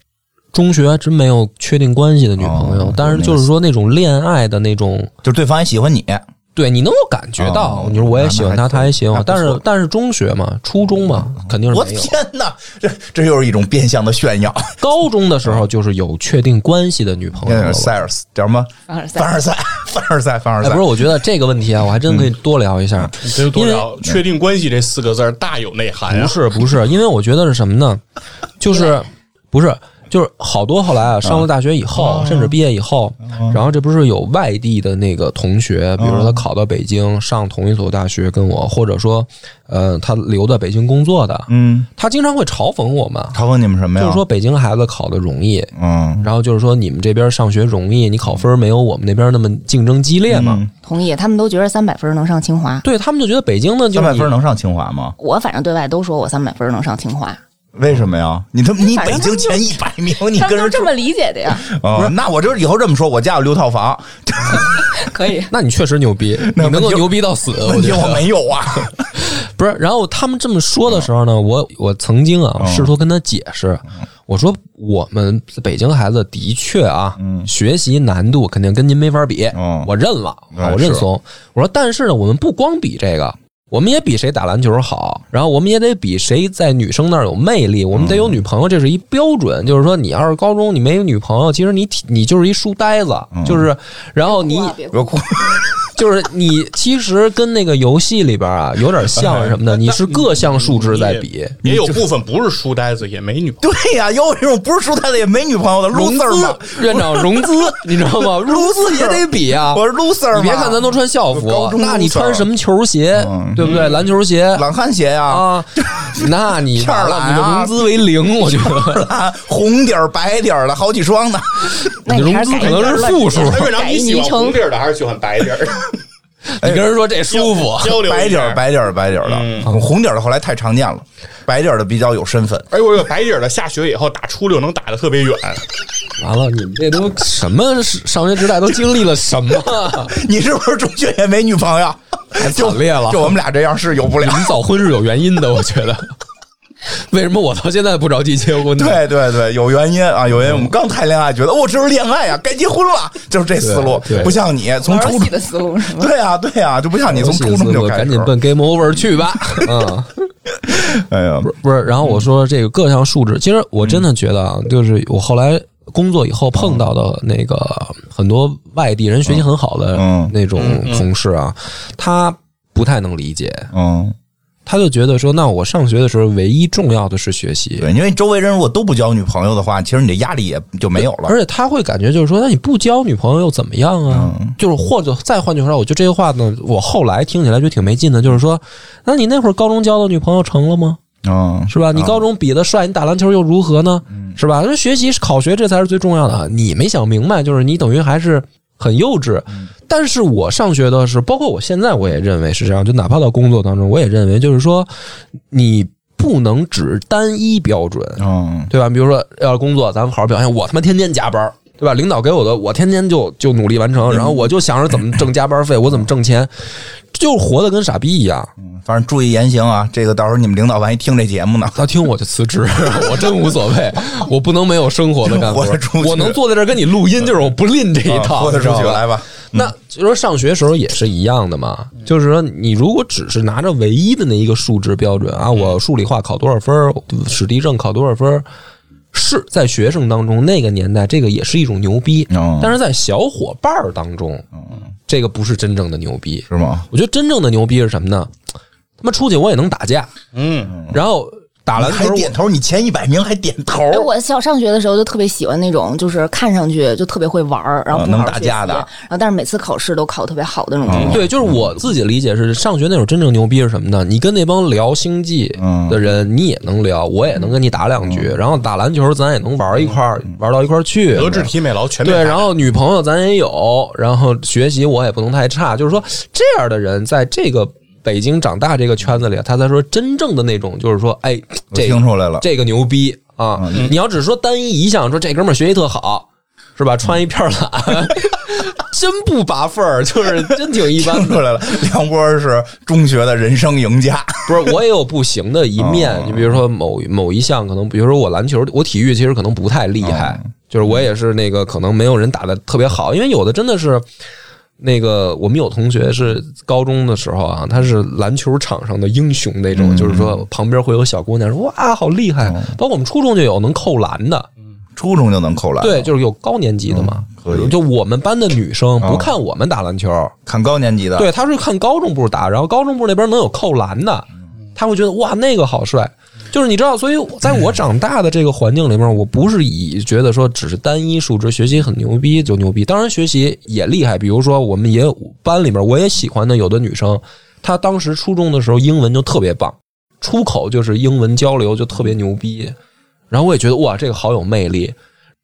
S2: 中学真没有确定关系的女朋友
S1: 哦，
S2: 但是就是说那种恋爱的那种，
S1: 就是对方也喜欢你，
S2: 对你能够感觉
S1: 哦
S2: 到，你说我也喜欢
S1: 那还
S2: 他，他也喜欢我，
S1: 那
S2: 但
S1: 还不错
S2: 是但是中学嘛，初中嘛，肯定是
S1: 我
S2: 没有。哦
S1: 天哪，这这又是一种变相的炫耀，
S2: 高中的时候就是有确定关系的女朋友
S1: 那
S2: 了
S1: 是。塞尔斯叫什么？
S4: 凡尔赛
S1: 凡尔赛，凡尔赛，凡尔
S2: 哎，
S1: 赛
S2: 不是，。我觉得这个问题啊，我还真可以多聊一下。
S3: 你这就多聊，确定关系这四个字儿大有内涵
S2: 不
S3: 啊！
S2: 是不是，因为我觉得是什么呢？就是不是就是好多后来啊，上了大学以后，甚至毕业以后，然后这不是有外地的那个同学，比如说他考到北京上同一所大学跟我，或者说呃他留在北京工作的，
S1: 嗯，
S2: 他经常会嘲讽我们，
S1: 嘲讽你们什么呀？
S2: 就是说，北京孩子考的容易。
S1: 嗯，
S2: 然后就是说，你们这边上学容易，你考分没有我们那边那么竞争激烈嘛？
S1: 嗯
S4: 同意，他们都觉得三百分能上清华。
S2: 对他们就觉得北京呢，就
S1: 三
S2: 是
S1: 百
S2: 你
S1: 分能上清华吗？
S4: 我反正对外都说我三百分能上清华，
S1: 为什么呀？你他妈
S4: 嗯
S1: 你
S4: 反
S1: 北
S4: 正他
S1: 京
S4: 们就
S1: 前一百名，你
S4: 他
S1: 跟
S4: 们都
S1: 人
S4: 这么理解的 呀，
S1: 哦，那我就以后这么说，我家有六套房，
S4: 可以。
S2: 那你确实牛逼，你
S1: 那
S2: 能够
S1: 问题
S2: 牛逼到死。我
S1: 问题
S2: 觉得
S1: 我没有啊。
S2: 不是，然后他们这么说的时候呢，我我曾经啊试图跟他解释，我说我们北京孩子的确啊，学习难度肯定跟您没法比，
S1: 嗯
S2: 我认了，
S1: 哎
S2: 啊我认怂。我说，但是呢，我们不光比这个。我们也比谁打篮球好，然后我们也得比谁在女生那儿有魅力，我们得有女朋友，这是一标准。就是说，你要是高中你没有女朋友，其实你挺你就是一书呆子，就是，然后你
S4: 别
S1: 我哭，
S2: 就是你其实跟那个游戏里边啊有点像是什么呢？你是各项数值在比，
S3: 也有部分不是书呆子，也没女朋
S1: 嗯对呀，有这种不是书呆子也没女朋友的
S2: 融
S1: loser 吗？
S2: 资院长 融资，你知道吗？融资也得比啊。
S1: 我是 loser 吗？
S2: 你别 看咱都穿校
S1: 高
S2: 服，
S1: 中
S2: 那你
S1: loser
S2: 穿什么球鞋
S1: 嗯，
S2: 对不对？篮球鞋
S1: 懒汉鞋呀，
S2: 啊，那你
S1: 片儿懒啊
S2: 你的融资为零，我觉得
S1: 啊，红底儿白底儿的好几双呢。
S4: 那
S2: 你
S4: 你
S2: 融
S4: 还是
S2: 资可
S4: 改
S2: 能是负数。
S3: 友。哎院长，
S4: 改
S3: 你
S4: 一
S3: 喜
S4: 昵
S3: 欢红
S4: 称
S3: 底，儿的还是喜欢白底儿？
S2: 你跟人说这舒
S1: 哎
S2: 服，
S3: 交流
S1: 白
S3: 一下
S1: 底儿，。白底儿，白底儿
S2: 嗯
S1: 的，嗯红底儿的后来太常见了，白底儿的比较有身份。
S3: 哎，我有白底儿的，下雪以后打出溜能打得特别远。
S2: 完了你们这都什么上学时代都经历了 什么？
S1: 你是不是中学也没女朋友？
S2: 太惨烈了，
S1: 就我们俩这样是有不了
S2: 你。们早婚是有原因的，我觉得。为什么我到现在不着急结婚呢？
S1: 对对对，有原因啊，有原因。我们刚谈恋爱，觉得哦，这是恋爱啊，该结婚了，就是这思路
S2: 对。对
S1: 不像你从
S4: 玩
S1: 初
S4: 游戏
S1: 中，
S4: 的思路是吗？
S1: 对啊对啊，就不像你从初中就开
S2: 赶
S1: 始
S2: 紧。奔 game over 去吧。嗯，
S1: 哎呀，
S2: 不是。然后我说这个各项数值，其实我真的
S1: 嗯
S2: 觉得啊，就是我后来工作以后碰到的那个很多外地人学习很好的
S1: 嗯
S2: 那种同事啊，他不太能理解，
S1: 嗯，
S2: 他就觉得说，那我上学的时候唯一重要的是学习。
S1: 对，因为周围人如果都不交女朋友的话，其实你的压力也就没有了。
S2: 而且他会感觉就是说，那你不交女朋友又怎么样啊？
S1: 嗯
S2: 就是或者再换句话说，我觉得这句话呢，我后来听起来就挺没劲的，就是说，那你那会儿高中交的女朋友成了吗？
S1: 嗯，
S2: 是吧？你高中比的帅，你打篮球又如何呢？是吧？那学习考学这才是最重要的啊。你没想明白，就是你等于还是很幼稚。但是我上学的时候，包括我现在，我也认为是这样。就哪怕到工作当中，我也认为就是说，你不能只单一标准。
S1: 嗯
S2: 对吧？比如说要是工作，咱们好好表现，我他妈天天加班儿，对吧？领导给我的，我天天就就努力完成，然后我就想着怎么挣加班费，我怎么挣钱，就是活得跟傻逼一样。
S1: 嗯，反正注意言行啊，这个到时候你们领导万一听这节目呢，啊
S2: 他听我就辞职， 我真无所谓，我不能没有生活的干活
S1: 活得出，去
S2: 我能坐在这儿跟你录音，就是我不吝这一
S1: 啊
S2: 套，
S1: 豁得出
S2: 你
S1: 去
S2: 知道吧
S1: 来吧。
S2: 那就说上学时候也是一样的嘛，就是说你如果只是拿着唯一的那一个数值标准啊，
S1: 嗯
S2: 我数理化考多少分儿，史地政考多少分儿，是在学生当中那个年代，这个也是一种牛逼
S1: 哦，嗯
S2: 但是在小伙伴儿当中，这个不是真正的牛逼。
S1: 是吗？
S2: 我觉得真正的牛逼是什么呢？他妈出去我也能打架，
S3: 嗯，
S2: 然后打篮
S1: 还
S2: 球我
S1: 点头，你前一百名还点头，
S4: 哎，我小上学的时候就特别喜欢那种，就是看上去就特别会玩儿，然后
S1: 啊
S4: 不
S1: 能
S4: 好好
S1: 打
S4: 学
S1: 架
S4: 习
S1: 的嗯
S4: 然后但是每次考试都考特别好的那种同学。
S2: 对，就是我自己理解是，上学那会儿真正牛逼是什么呢？你跟那帮聊星际
S3: 嗯
S2: 的人，你也能聊，我也能跟你打两局，然后打篮球咱也能玩一块儿，玩到一块儿去。
S3: 嗯德智体美劳全面
S2: 对，
S3: 发
S2: 然
S3: 展。
S2: 后女朋友咱也有，然后学习我也不能太差，就是说这样的人在这个北京长大这个圈子里，他才说真正的那种，就是说，哎，
S1: 我
S2: 这
S1: 听出来了。
S2: 嗯这个牛逼啊！你要只说单一一项，说这哥们儿学习特好，是吧？穿一片蓝， 真不拔份儿，就是真挺一般
S1: 听
S2: 的。
S1: 出来了，梁波是中学的人生赢家。
S2: 不是，我也有不行的一面
S1: 哦。
S2: 你比如说某某一项，可能比如说我篮球，我体育其实可能不太厉害，就是我也是那个可能没有人打的特别好，因为有的真的是。那个，我们有同学是高中的时候啊，他是篮球场上的英雄那种，就是说旁边会有小姑娘说哇，好厉害！包括我们初中就有能扣篮的，
S1: 初中就能扣篮，
S2: 对，，就是有高年级的嘛。
S1: 嗯可以
S2: 就我们班的女生
S1: 哦
S2: 不看我们打篮球，
S1: 看高年级的，
S2: 对，他是看高中部打，然后高中部那边能有扣篮的，他会觉得哇，那个好帅。就是你知道，所以在我长大的这个环境里面，我不是以觉得说只是单一数值学习很牛逼就牛逼，当然学习也厉害。比如说，我们也有班里面我也喜欢的有的女生，她当时初中的时候英文就特别棒，出口就是英文交流就特别牛逼。然后我也觉得哇，这个好有魅力。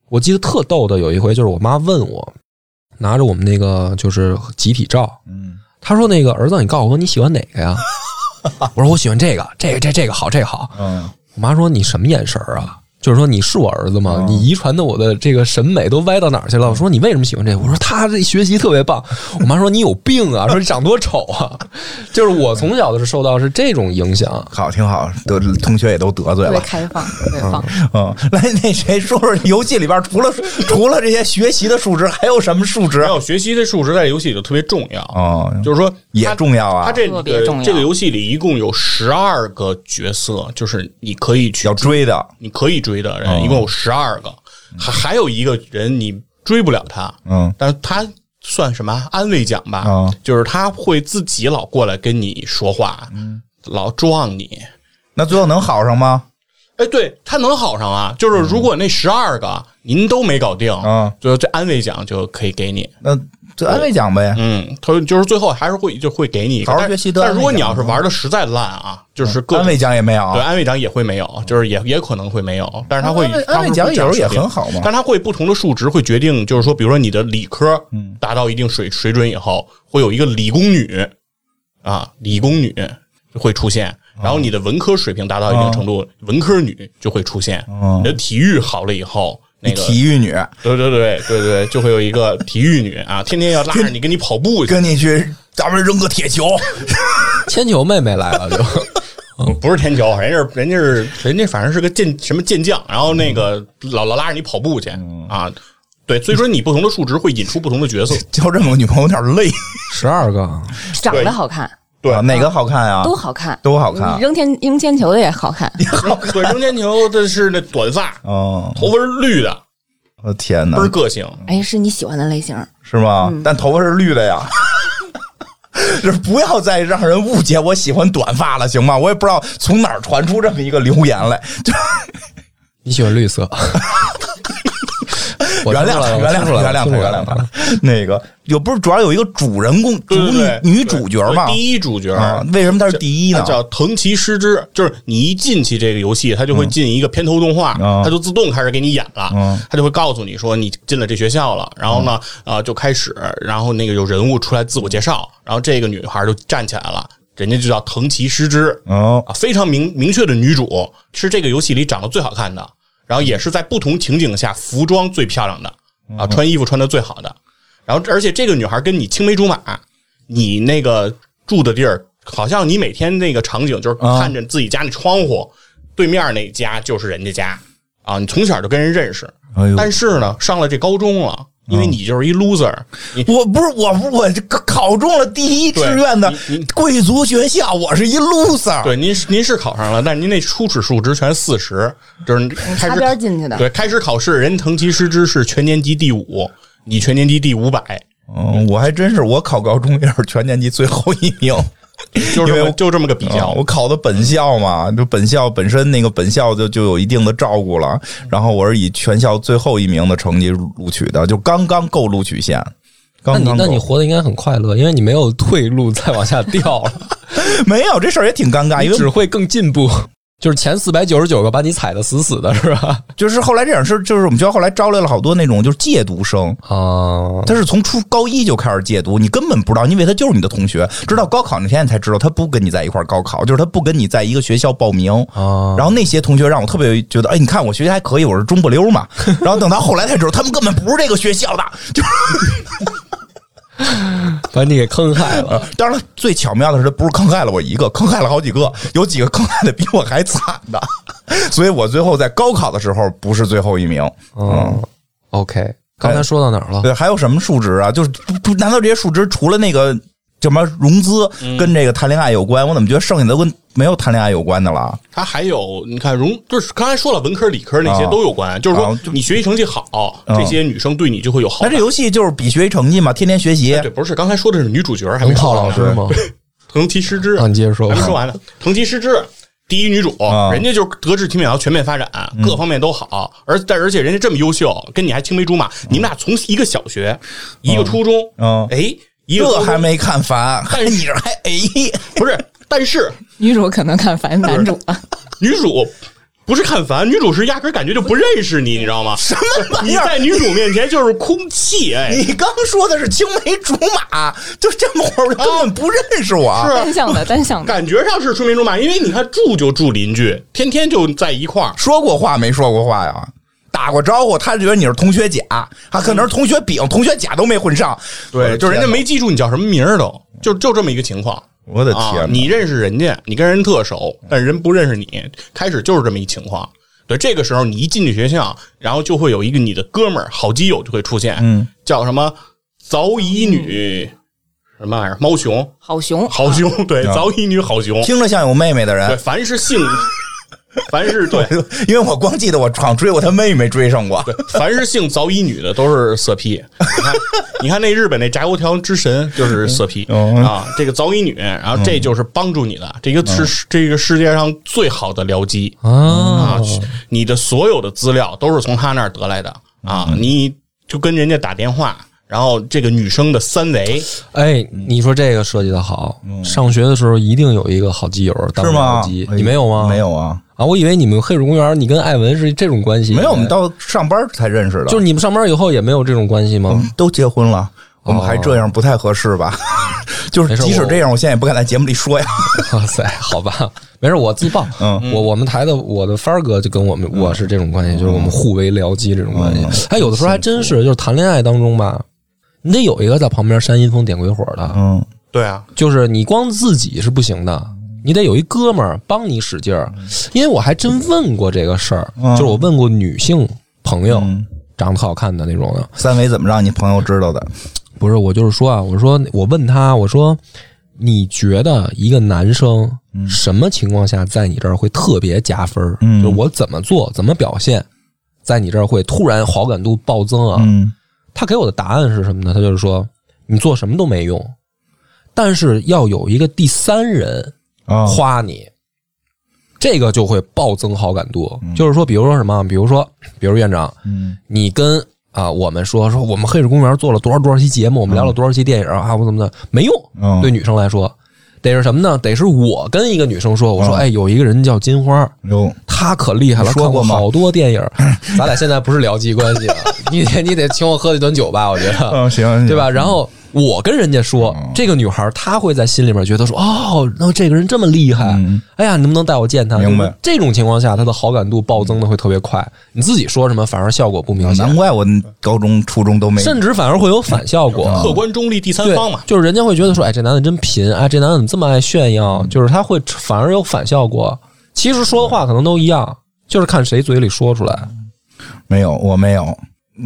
S2: 我记得特逗的有一回，就是我妈问我，拿着我们那个就是集体照，
S1: 嗯，
S2: 他说：“那个儿子，你告诉我你喜欢哪 个呀？”我说：“我喜欢这个，这个，这这个好，这个好。
S1: 嗯，”
S2: 我妈说：“你什么眼神儿啊？就是说你是我儿子吗？
S1: 嗯
S2: 你遗传的我的这个审美都歪到哪儿去了？”我说：“你为什么喜欢这个？”我说：“他这学习特别棒。”我妈说：“你有病啊！说你长多丑啊！”就是我从小的是受到是这种影响。
S1: 好，挺好，得同学也都得罪
S4: 特别
S1: 了，
S4: 开放，特别棒。
S1: 嗯，来，那谁说说游戏里边除了除了这些学习的数值，还有什么数值
S3: 还？有学习的数值在游戏里就特别重要，
S1: 哦，
S3: 就是说
S1: 也
S3: 它
S1: 重要啊
S3: 它，这
S4: 特
S3: 个
S4: 别重要
S3: 这个游戏里一共有十二个角色，就是你可以去
S1: 要追的，
S3: 你可以追的
S1: 哦
S3: 人，一共有十二个，还还有一个人你追不了他，
S1: 嗯，
S3: 但是他算什么安慰奖吧？
S1: 哦
S3: 就是他会自己老过来跟你说话，老撞你。
S1: 那最后能好上吗？
S3: 哎，对他能好上啊！就是如果那十二个您都没搞定，
S1: 嗯
S3: 就这安慰奖就可以给你。
S1: 那就安慰奖呗，
S3: 嗯，他就是最后还是会就会给你一个。
S1: 好好
S3: 但
S1: 学习得
S3: 但
S1: 安慰
S3: 如果你
S1: 奖
S3: 要是玩的实在烂啊，就是
S1: 嗯
S3: 各
S1: 安慰奖也没有
S3: 对，安慰奖也会没有，就是也也可能会没有，但是它会
S1: 啊安慰
S3: 它会
S1: 安慰奖有时候也
S3: 不这样设定
S1: 很好嘛
S3: 但它会不同的数值会决定，就是说，比如说你的理科
S1: 嗯
S3: 达到一定水水准以后，会有一个理工女啊，理工女会出现，
S1: 嗯
S3: 然后你的文科水平达到一定程度，文科女就会出现，你的体育好了以后。那
S1: 嗯
S3: 个
S1: 体育女
S3: 对对对对对，就会有一个体育女啊，天天要拉着你跟你跑步去，
S1: 跟你去，咱们扔个铁球，
S2: 铅球妹妹来了 就，
S3: 嗯不是天桥，人家是人家是人家反正是个健什么健将，然后那
S1: 嗯
S3: 个老老拉着你跑步去啊，对，所以说你不同的数值会引出不同 的角色，
S1: 交这么个女朋友有点累，
S2: 十二个，
S4: 长得好看，
S1: 对，哪个好看啊？
S4: 都好看，
S1: 都好看啊
S4: 扔天扔铅球的也好看，
S3: 对，扔铅球的是那短发，
S1: 哦，
S3: 头发是绿的，
S1: 我的天哪
S3: 倍，儿个性，
S4: 哎，是你喜欢的 类型。
S1: 是吗？但头发是绿的呀。 就是不要再让人误解我喜欢短发了，行吗？我也不知道从哪儿传出这么一个留言来，就
S2: 你喜欢 绿色。我
S1: 原
S2: 听
S1: 谅
S2: 出来
S1: 他，
S2: 了
S1: 原谅他，原谅他，原谅。
S2: 我听出来了
S1: 他。那个有不是主要有一个主人公主
S3: 对对
S1: 女
S3: 对，
S1: 女主角嘛？
S3: 对第一主角
S1: 啊，为什么她是第一
S3: 它
S1: 呢？
S3: 叫藤崎诗织，就是你一进去这个游戏，它就会进一个片头动画，
S1: 嗯
S3: 它就自动开始给你演了，
S1: 嗯
S3: 它就会告诉你说你进了这学校了，然后呢，啊、就开始，然后那个有人物出来自我介绍，然后这个女孩就站起来了，人家就叫藤崎诗织，
S1: 哦，
S3: 啊，非常明明确的女主是这个游戏里长得最好看的，然后也是在不同情景下服装最漂亮的
S1: 嗯
S3: 啊，穿衣服穿的最好的。然后，而且这个女孩跟你青梅竹马，你那个住的地儿，好像你每天那个场景就是
S1: 啊
S3: 看着自己家那窗户、对面那家就是人家家啊，你从小就跟人认识。
S1: 哎呦啊
S3: 但是呢，上了这高中了，因为你就是一 loser，、你
S1: 我不是我不我这个考中了第一志愿的
S3: 对你你
S1: 贵族学校，我是一 loser。
S3: 对，您是您是考上了，但是您那初始数值全是四十，就是开
S4: 擦
S3: 始
S4: 边儿进去的
S3: 对，开始考试，人藤崎诗织是全年级第五，你全年级第五百，
S1: 嗯，我还真是，我考高中也是全年级最后一名。
S3: 就
S1: 因
S3: 这
S1: 为我
S3: 么就这么个比
S1: 啊
S3: 较
S1: 我。考的本校嘛，就本校本身那个本校就就有一定的照顾了。然后我是以全校最后一名的成绩入录取的，就刚刚够录取线。
S2: 那
S1: 刚
S2: 你
S1: 刚
S2: 那
S1: 够
S2: 你活得应该很快乐，因为你没有退路再往下掉了，
S1: 没有这事儿也挺尴尬，因为
S2: 只会更进步。啊就是前四百九十九个把你踩的死死的，是吧？
S1: 就是后来这样是，就是我们学校后来招来了好多那种就是借读生，
S2: 啊，
S1: 他是从初高一就开始戒毒，你根本不知道，因为他就是你的同学，直到高考那天你才知道他不跟你在一块儿高考，就是他不跟你在一个学校报名。
S2: 啊
S1: 然后那些同学让我特别觉得，哎，你看我学习还可以，我是中不溜嘛。然后等到后来才知道，他们根本不是这个学校的。就是，
S2: 把你给坑害了。
S1: 呃当然了，最巧妙的是，他不是坑害了我一个，坑害了好几个，有几个坑害的比我还惨的。 所以我最后在高考的时候不是最后一名。
S2: 嗯，OK，刚才说到哪儿了？
S1: 对，还有什么数值啊？就是不不，难道这些数值除了那个什么融资
S3: 嗯
S1: 跟这个谈恋爱有关？我怎么觉得剩下的都跟没有谈恋爱有关的了？
S3: 它还有你看融，就是刚才说了文科理科那些
S1: 啊
S3: 都有关，就是说
S1: 啊就
S3: 你学习成绩好，
S1: 嗯
S3: 这些女生对你就会有好
S1: 那这。
S3: 感
S1: 游戏就是比学习成绩嘛，天天学习
S3: 哎对，不是刚才说的是女主角，还没
S2: 能
S3: 说
S2: 泡
S3: 完
S1: 哦
S2: 老
S3: 呢
S2: 师吗？
S3: 藤崎诗织，
S2: 啊，你接着说
S3: 还没说
S2: 吧。
S3: 完呢。藤崎诗织，第一女主，
S1: 啊
S3: 人家就是德智体美劳全面发展，
S1: 嗯
S3: 各方面都好，而但而且人家这么优秀，跟你还青梅竹马，你们俩从一个小学，一个初中，
S1: 嗯
S3: 哎，一个
S1: 这
S3: 高
S1: 还
S3: 中
S1: 没看烦，还
S3: 但是
S1: 你这还哎，
S3: 不是，但是
S4: 女主可能看烦男主啊了，
S3: 女主。不是看烦，女主是压根儿感觉就不认识你，你知道吗？什么
S1: 玩
S3: 你
S1: 意儿
S3: 在女主面前就是空气，哎，
S1: 你刚说的是青梅竹马，就这么会儿根本不认识我。
S3: 是
S4: 单向的单向 的。
S3: 感觉上是青梅竹马，因为你看住就住邻居，天天就在一块儿。
S1: 说过话没说过话呀？打过招呼，他觉得你是同学甲，还可能是同学丙、同学甲都没混上。呃我的
S3: 呃就是
S1: 天
S3: 人家
S1: 哪，嗯
S3: 没记住你叫什么名儿都，就就这么一个情况。
S1: 我的天哪，！
S3: 啊你认识人家，你跟人特熟，但人不认识你，开始就是这么一情况。对，这个时候你一进去学校，然后就会有一个你的哥们儿、好基友就会出现，
S1: 嗯，
S3: 叫什么早乙女什么玩意儿，猫熊，
S4: 好熊，
S3: 好熊，对，
S1: 啊
S3: 早乙女好熊，
S1: 听着像有妹妹的人
S3: 对，，凡是姓，凡是对。
S1: 因为我光记得我闯追过他妹妹追上过，
S3: 凡是姓早乙女的都是色批，你看，你看那日本那炸油条之神就是色批
S1: 嗯嗯
S3: 啊，这个早乙女，然后这就是帮助你的，这个
S1: 嗯
S3: 是这个世界上最好的僚机啊
S1: 哦
S2: 啊，，
S3: 你的所有的资料都是从他那儿得来的
S1: 嗯
S3: 啊，你就跟人家打电话，然后这个女生的三维，
S2: 哎，你说这个设计的好，上学的时候一定有一个好基友
S1: 嗯
S2: 当
S1: 是吗
S2: 好基？，
S1: 哎
S2: 你没有吗？
S1: 没有啊，
S2: 啊，我以为你们黑水公园，你跟艾文是这种关系。
S1: 没有，我们到上班才认识的，
S2: 就是你们上班以后也没有这种关系吗？
S1: 我们都结婚了，我们还这样不太合适吧？ 就是
S2: 哦没事
S1: 即使
S2: 我
S1: 这样，我现在也不敢在节目里说呀。
S2: 哇塞，好吧，没事，我自曝。
S1: 嗯，
S2: 我我们台的我的帆儿哥就跟我们我是这种关系，就是我
S1: 嗯
S2: 们互为僚机这种关系。哎，有的时候还真是，就是谈恋爱当中吧，你得有一个在旁边煽阴风点鬼火的，
S1: 嗯，
S3: 对啊，
S2: 就是你光自己是不行的，你得有一哥们儿帮你使劲儿。因为我还真问过这个事儿，
S1: 嗯
S2: 就是我问过女性朋友
S1: 嗯
S2: 长得特好看的那种的，
S1: 三维怎么让你朋友知道的？
S2: 不是，我就是说啊，我说我问他，我说你觉得一个男生什么情况下在你这儿会特别加分儿？
S1: 嗯
S2: 就是我怎么做，怎么表现，在你这儿会突然好感度暴增啊？
S1: 嗯
S2: 他给我的答案是什么呢？他就是说你做什么都没用，但是要有一个第三人
S1: 啊
S2: 夸你。这个就会暴增好感度，就是说，比如说什么，比如说，比如院长，
S1: 嗯
S2: 你跟啊我们说说我们黑水公园做了多少多少期节目，我们聊了多少期电影啊，我怎么的没用
S1: 嗯，
S2: 对女生来说，得是什么呢？得是我跟一个女生说，我说
S1: 嗯
S2: 哎，有一个人叫金花。
S1: 哟，
S2: 她可厉害了，
S1: 你说过
S2: 看
S1: 吗
S2: 好多电影。咱俩现在不是聊级关 系了，你得你得请我喝一顿酒吧，我觉得，
S1: 嗯，哦行，
S2: 对吧？然后我跟人家说，这个女孩她会在心里面觉得说，哦，那这个人这么厉害
S1: 嗯，
S2: 哎呀，你能不能带我见她？
S1: 明白
S2: 就是这种情况下，她的好感度暴增的会特别快。你自己说什么，反而效果不明
S1: 行？
S2: 显
S1: 难。怪我高中、初中都没
S2: 甚至反而会有反效果。
S1: 嗯 啊
S3: 客观中立第三
S2: 对
S3: 方嘛，，
S2: 就是人家会觉得说，哎，这男的真贫啊，这男的怎么这么爱炫
S1: 嗯
S2: 耀？就是他会反而有反效果。其实说的话可能都一样，就是看谁嘴里说出
S1: 嗯
S2: 来。
S1: 没有，我没有。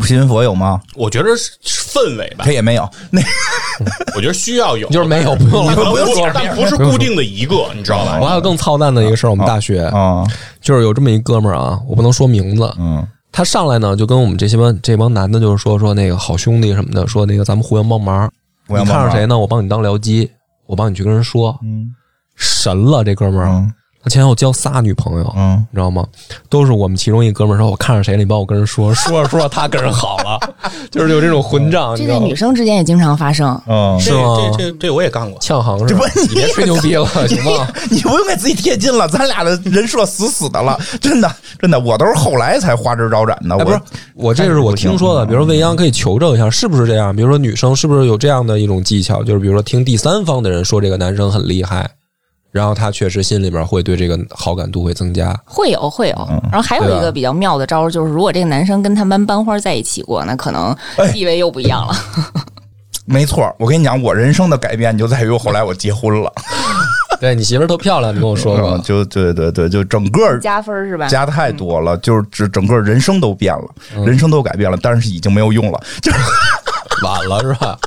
S1: 新佛有吗？
S3: 我觉得是是氛围吧
S1: 他，也没有。那
S3: 我觉得需要有，
S2: 就是没有，哦不用了，
S3: 但
S2: 不哦
S3: 不
S2: 用
S3: 是
S2: 说。
S3: 但不是固定的一个，你知 道吧
S2: 我？还有更操蛋的一个事儿，我们大学
S1: 啊，
S2: 就是有这么一哥们儿啊，我不能说名字，
S1: 嗯
S2: 他上来呢就跟我们这些帮这帮男的，就是说说那个好兄弟什么的，说那个咱们互相帮忙，
S1: 互相
S2: 你
S1: 帮忙
S2: 看上谁呢？我帮你当僚机，我帮你去跟人说，
S1: 嗯
S2: 神了，这哥们儿，
S1: 嗯
S2: 他我前后交仨女朋友，
S1: 嗯
S2: 你知道吗？都是我们其中一哥们儿说，我看上谁了，你帮我跟人说， 说着说着他跟人好了， 就是有这种混账，你
S4: 这
S2: 知道
S4: 在
S2: 吗
S4: 女？生之间也经常发生。
S1: 嗯，
S3: 这
S2: 是吗
S3: 这这这我也干过，
S2: 呛行是吧？你别吹牛逼了，行吗？
S1: 你不用给自己贴金了，咱俩的人设死死的了，真的真的，我都是后来才花枝招展的，
S2: 哎，
S1: 我
S2: 不是，我这是我听说的，比如说未央可以求证一下是不是这样，比如说女生是不是有这样的一种技巧，就是比如说听第三方的人说这个男生很厉害，然后她确实心里边会对这个好感度会增加。
S4: 会有会有，
S1: 嗯
S4: 然后还有一
S1: 啊
S2: 对吧
S4: 个比较妙的招儿，就是如果这个男生跟他们班花在一起过，那可能
S1: 哎
S4: 地位又不一样了。
S1: 没错，我跟你讲，我人生的改变就在于我后来我结婚了，
S2: 对你媳妇儿特漂亮，你跟我说过
S1: 嗯，，就对对对，就整个
S4: 加分儿是吧？
S1: 加太多了，就是整整个人生都变了，人生都改变了，但是已经没有用了，就是
S2: 晚了是吧？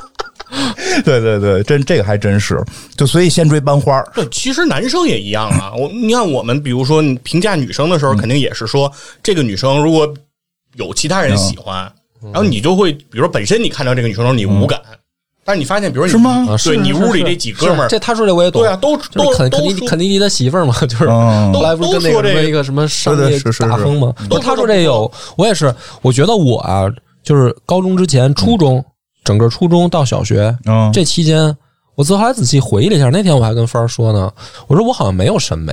S1: 对对对，真这个还真是，就所以先追班花儿，
S3: 对，其实男生也一样啊。我你看，我们比如说你评价女生的时
S2: 嗯
S3: 候，肯定也是说这个女生如果有其
S2: 嗯
S3: 他人喜欢，然后你就会，比如说本身你看到这个女生的时候你无感，但是你发现，比如说你
S1: 是吗
S2: 啊，嗯是
S3: 对你
S2: 是
S3: 屋里
S2: 是
S3: 这几哥们
S2: 是
S3: 儿，
S2: 这他说这我也懂，
S3: 对啊，都
S2: 就
S3: 都
S2: 是肯肯
S3: 都
S2: 尼
S3: 说
S2: 肯尼迪他媳妇儿嘛， 就是
S1: 嗯
S2: 后来不是跟那
S3: 都
S2: 个
S3: 说
S2: 什
S3: 这
S2: 么
S3: 个
S2: 一个什么商
S1: 对对
S2: 业
S1: 是是
S2: 大
S1: 是
S2: 亨嘛？
S3: 都
S2: 不是他说这有，我也是，我觉得我啊，就是高中之前、初中，整个初中到小学
S1: 嗯，
S2: 这期间，我后来仔细回忆了一下，那天我还跟帆儿说呢，我说我好像没有审美，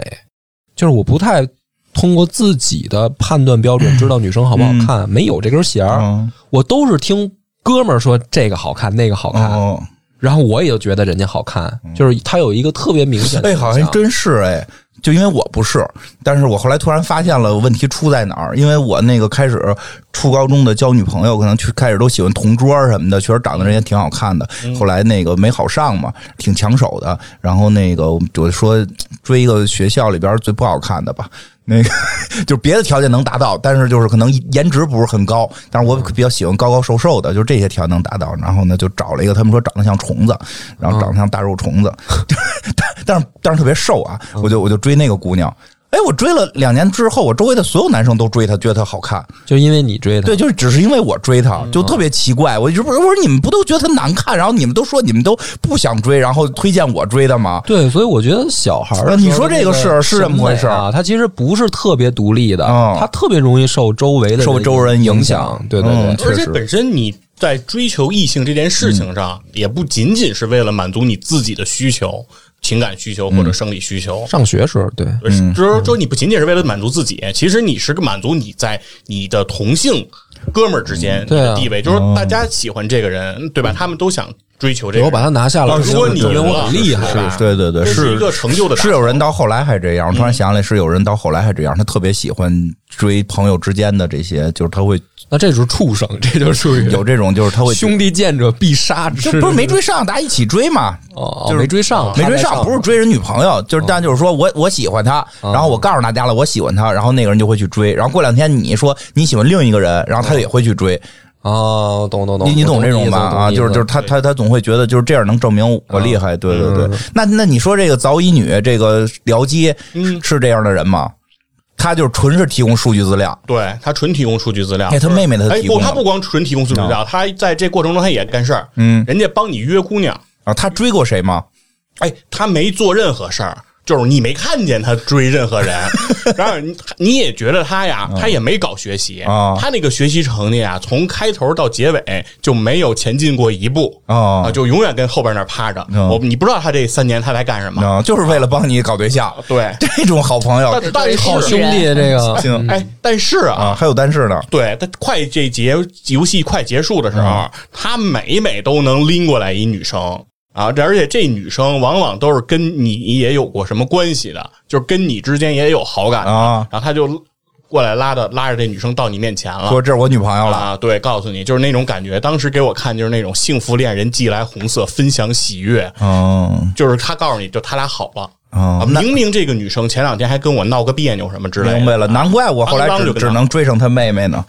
S2: 就是我不太通过自己的判断标准知道女生好不好看，没有这根弦儿，
S1: 嗯
S2: 我都是听哥们儿说这个好看，那个好看，啊
S1: 哦，
S2: 然后我也就觉得人家好看，就是他有一个特别明显的
S1: 哎，
S2: 印象。
S1: 好像真是哎，就因为我不是，但是我后来突然发现了问题出在哪儿，因为我那个开始初高中的交女朋友，可能去开始都喜欢同桌什么的，确实长得人也挺好看的，后来那个没好上嘛，挺抢手的，然后那个我说追一个学校里边最不好看的吧。那个 就是别的条件能达到，但是就是可能颜值不是很高，但是我比较喜欢高高瘦瘦的，就是这些条件能达到。然后呢，就找了一个他们说长得像虫子，然后长得像大肉虫子， 但是但是特别瘦啊，我就我就追那个姑娘。哎，我追了两年之后，我周围的所有男生都追她，觉得她好看。
S2: 就因为你追他，
S1: 对，就是只是因为我追她，就特别奇怪。我就不是我说你们不都觉得她难看，然后你们都说你们都不想追，然后推荐我追的吗？
S2: 对，所以我觉得小孩儿的时候的那，
S1: 呃你说这个是是这么回事儿
S2: 啊？他其实不是特别独立的，
S1: 嗯
S2: 他特别容易受周围的
S1: 受周人
S2: 影
S1: 影
S2: 响
S1: 响。
S2: 对对
S1: 嗯
S2: 对，
S3: 而且
S1: 确实
S3: 本身你在追求异性这件事
S2: 嗯
S3: 情上，也不仅仅是为了满足你自己的需求、情感需求或
S2: 嗯
S3: 者生理需求。
S2: 上学时候对，
S1: 嗯
S3: 就是就是说，你不仅仅是为了满足自己，其实你是满足你在你的同性哥们儿之间
S2: 对啊
S3: 的地位，
S1: 嗯
S3: 就是大家喜欢这个人，对吧？他们都想追求这
S2: 对
S3: 个
S2: 我
S3: 人。
S2: 把他拿下了，
S3: 啊如果你
S2: 证明
S3: 赢
S2: 我
S3: 了
S2: 很厉害
S3: 是吧
S1: 对对对，
S3: 这是
S1: 是
S3: 一个嗯成就的打
S1: 是有人到后来还这样。我突然想起来，是有人到后来还这样，他特别喜欢追朋友之间的这些，就是他会
S2: 那这就是畜生，这就属于
S1: 有这种，就是他会
S2: 兄弟见者必杀之
S1: 就不是没追上，大家一起追嘛。
S2: 哦，
S1: 就是
S2: 没追上，
S1: 没追
S2: 他才
S1: 上，不是追人女朋友，就是但就是说我我喜欢她，然后我告诉大家了我喜欢她，然后那个人就会去追，然后过两天你说你喜欢另一个人，然后他也会去追，
S2: 哦，懂懂懂，
S1: 你你
S2: 我
S1: 懂这
S2: 意
S1: 种
S2: 思
S1: 吧？
S2: 懂
S1: 啊，
S2: 意
S1: 就是
S2: 思
S1: 就是他他他总会觉得就是这样能证明我厉害，对对对。那那你说这个早乙女这个僚机是是这样的人吗？他就纯是提供数据资料，
S3: 对他纯提供数据资料，
S1: 哎他妹妹他
S3: 哎
S1: 提
S3: 不，
S1: 供的
S3: 他不光纯提供数据资料，他在这过程中他也干事儿，嗯，人家帮你约姑娘，
S1: 啊，他追过谁吗？
S3: 哎，他没做任何事儿，就是你没看见他追任何人，然后你你也觉得他呀，他也没搞学习
S1: 啊
S3: 他那个学习成绩啊，从开头到结尾就没有前进过一步
S1: 哦
S3: 啊，就永远跟后边那儿趴着，
S1: 嗯
S3: 我你不知道他这三年他在干什么，
S1: 啊，就是为了帮你搞对象，
S3: 对，
S1: 这种好朋友
S3: 但但
S2: 好
S3: 是
S2: 兄弟这个
S1: 行
S3: 哎，但是啊，
S1: 啊，还有单事呢，
S3: 对他快这节游戏快结束的时候，
S1: 嗯
S3: 他每每都能拎过来一女生啊，这而且这女生往往都是跟你也有过什么关系的，就是跟你之间也有好感的
S1: 啊
S3: 然后他就过来拉着拉着这女生到你面前了
S1: 说。这是我女朋友了。
S3: 啊，对，告诉你，就是那种感觉。当时给我看就是那种幸福恋人寄来红色，分享喜悦，
S1: 嗯
S3: 就是他告诉你就他俩好了。
S1: 嗯
S3: 啊，
S1: 那
S3: 明明这个女生前两天还跟我闹个别扭什么之类的，
S1: 明白了，难怪我后来
S3: 啊当当
S1: 只
S3: 就跟他
S1: 只能追上他妹妹呢。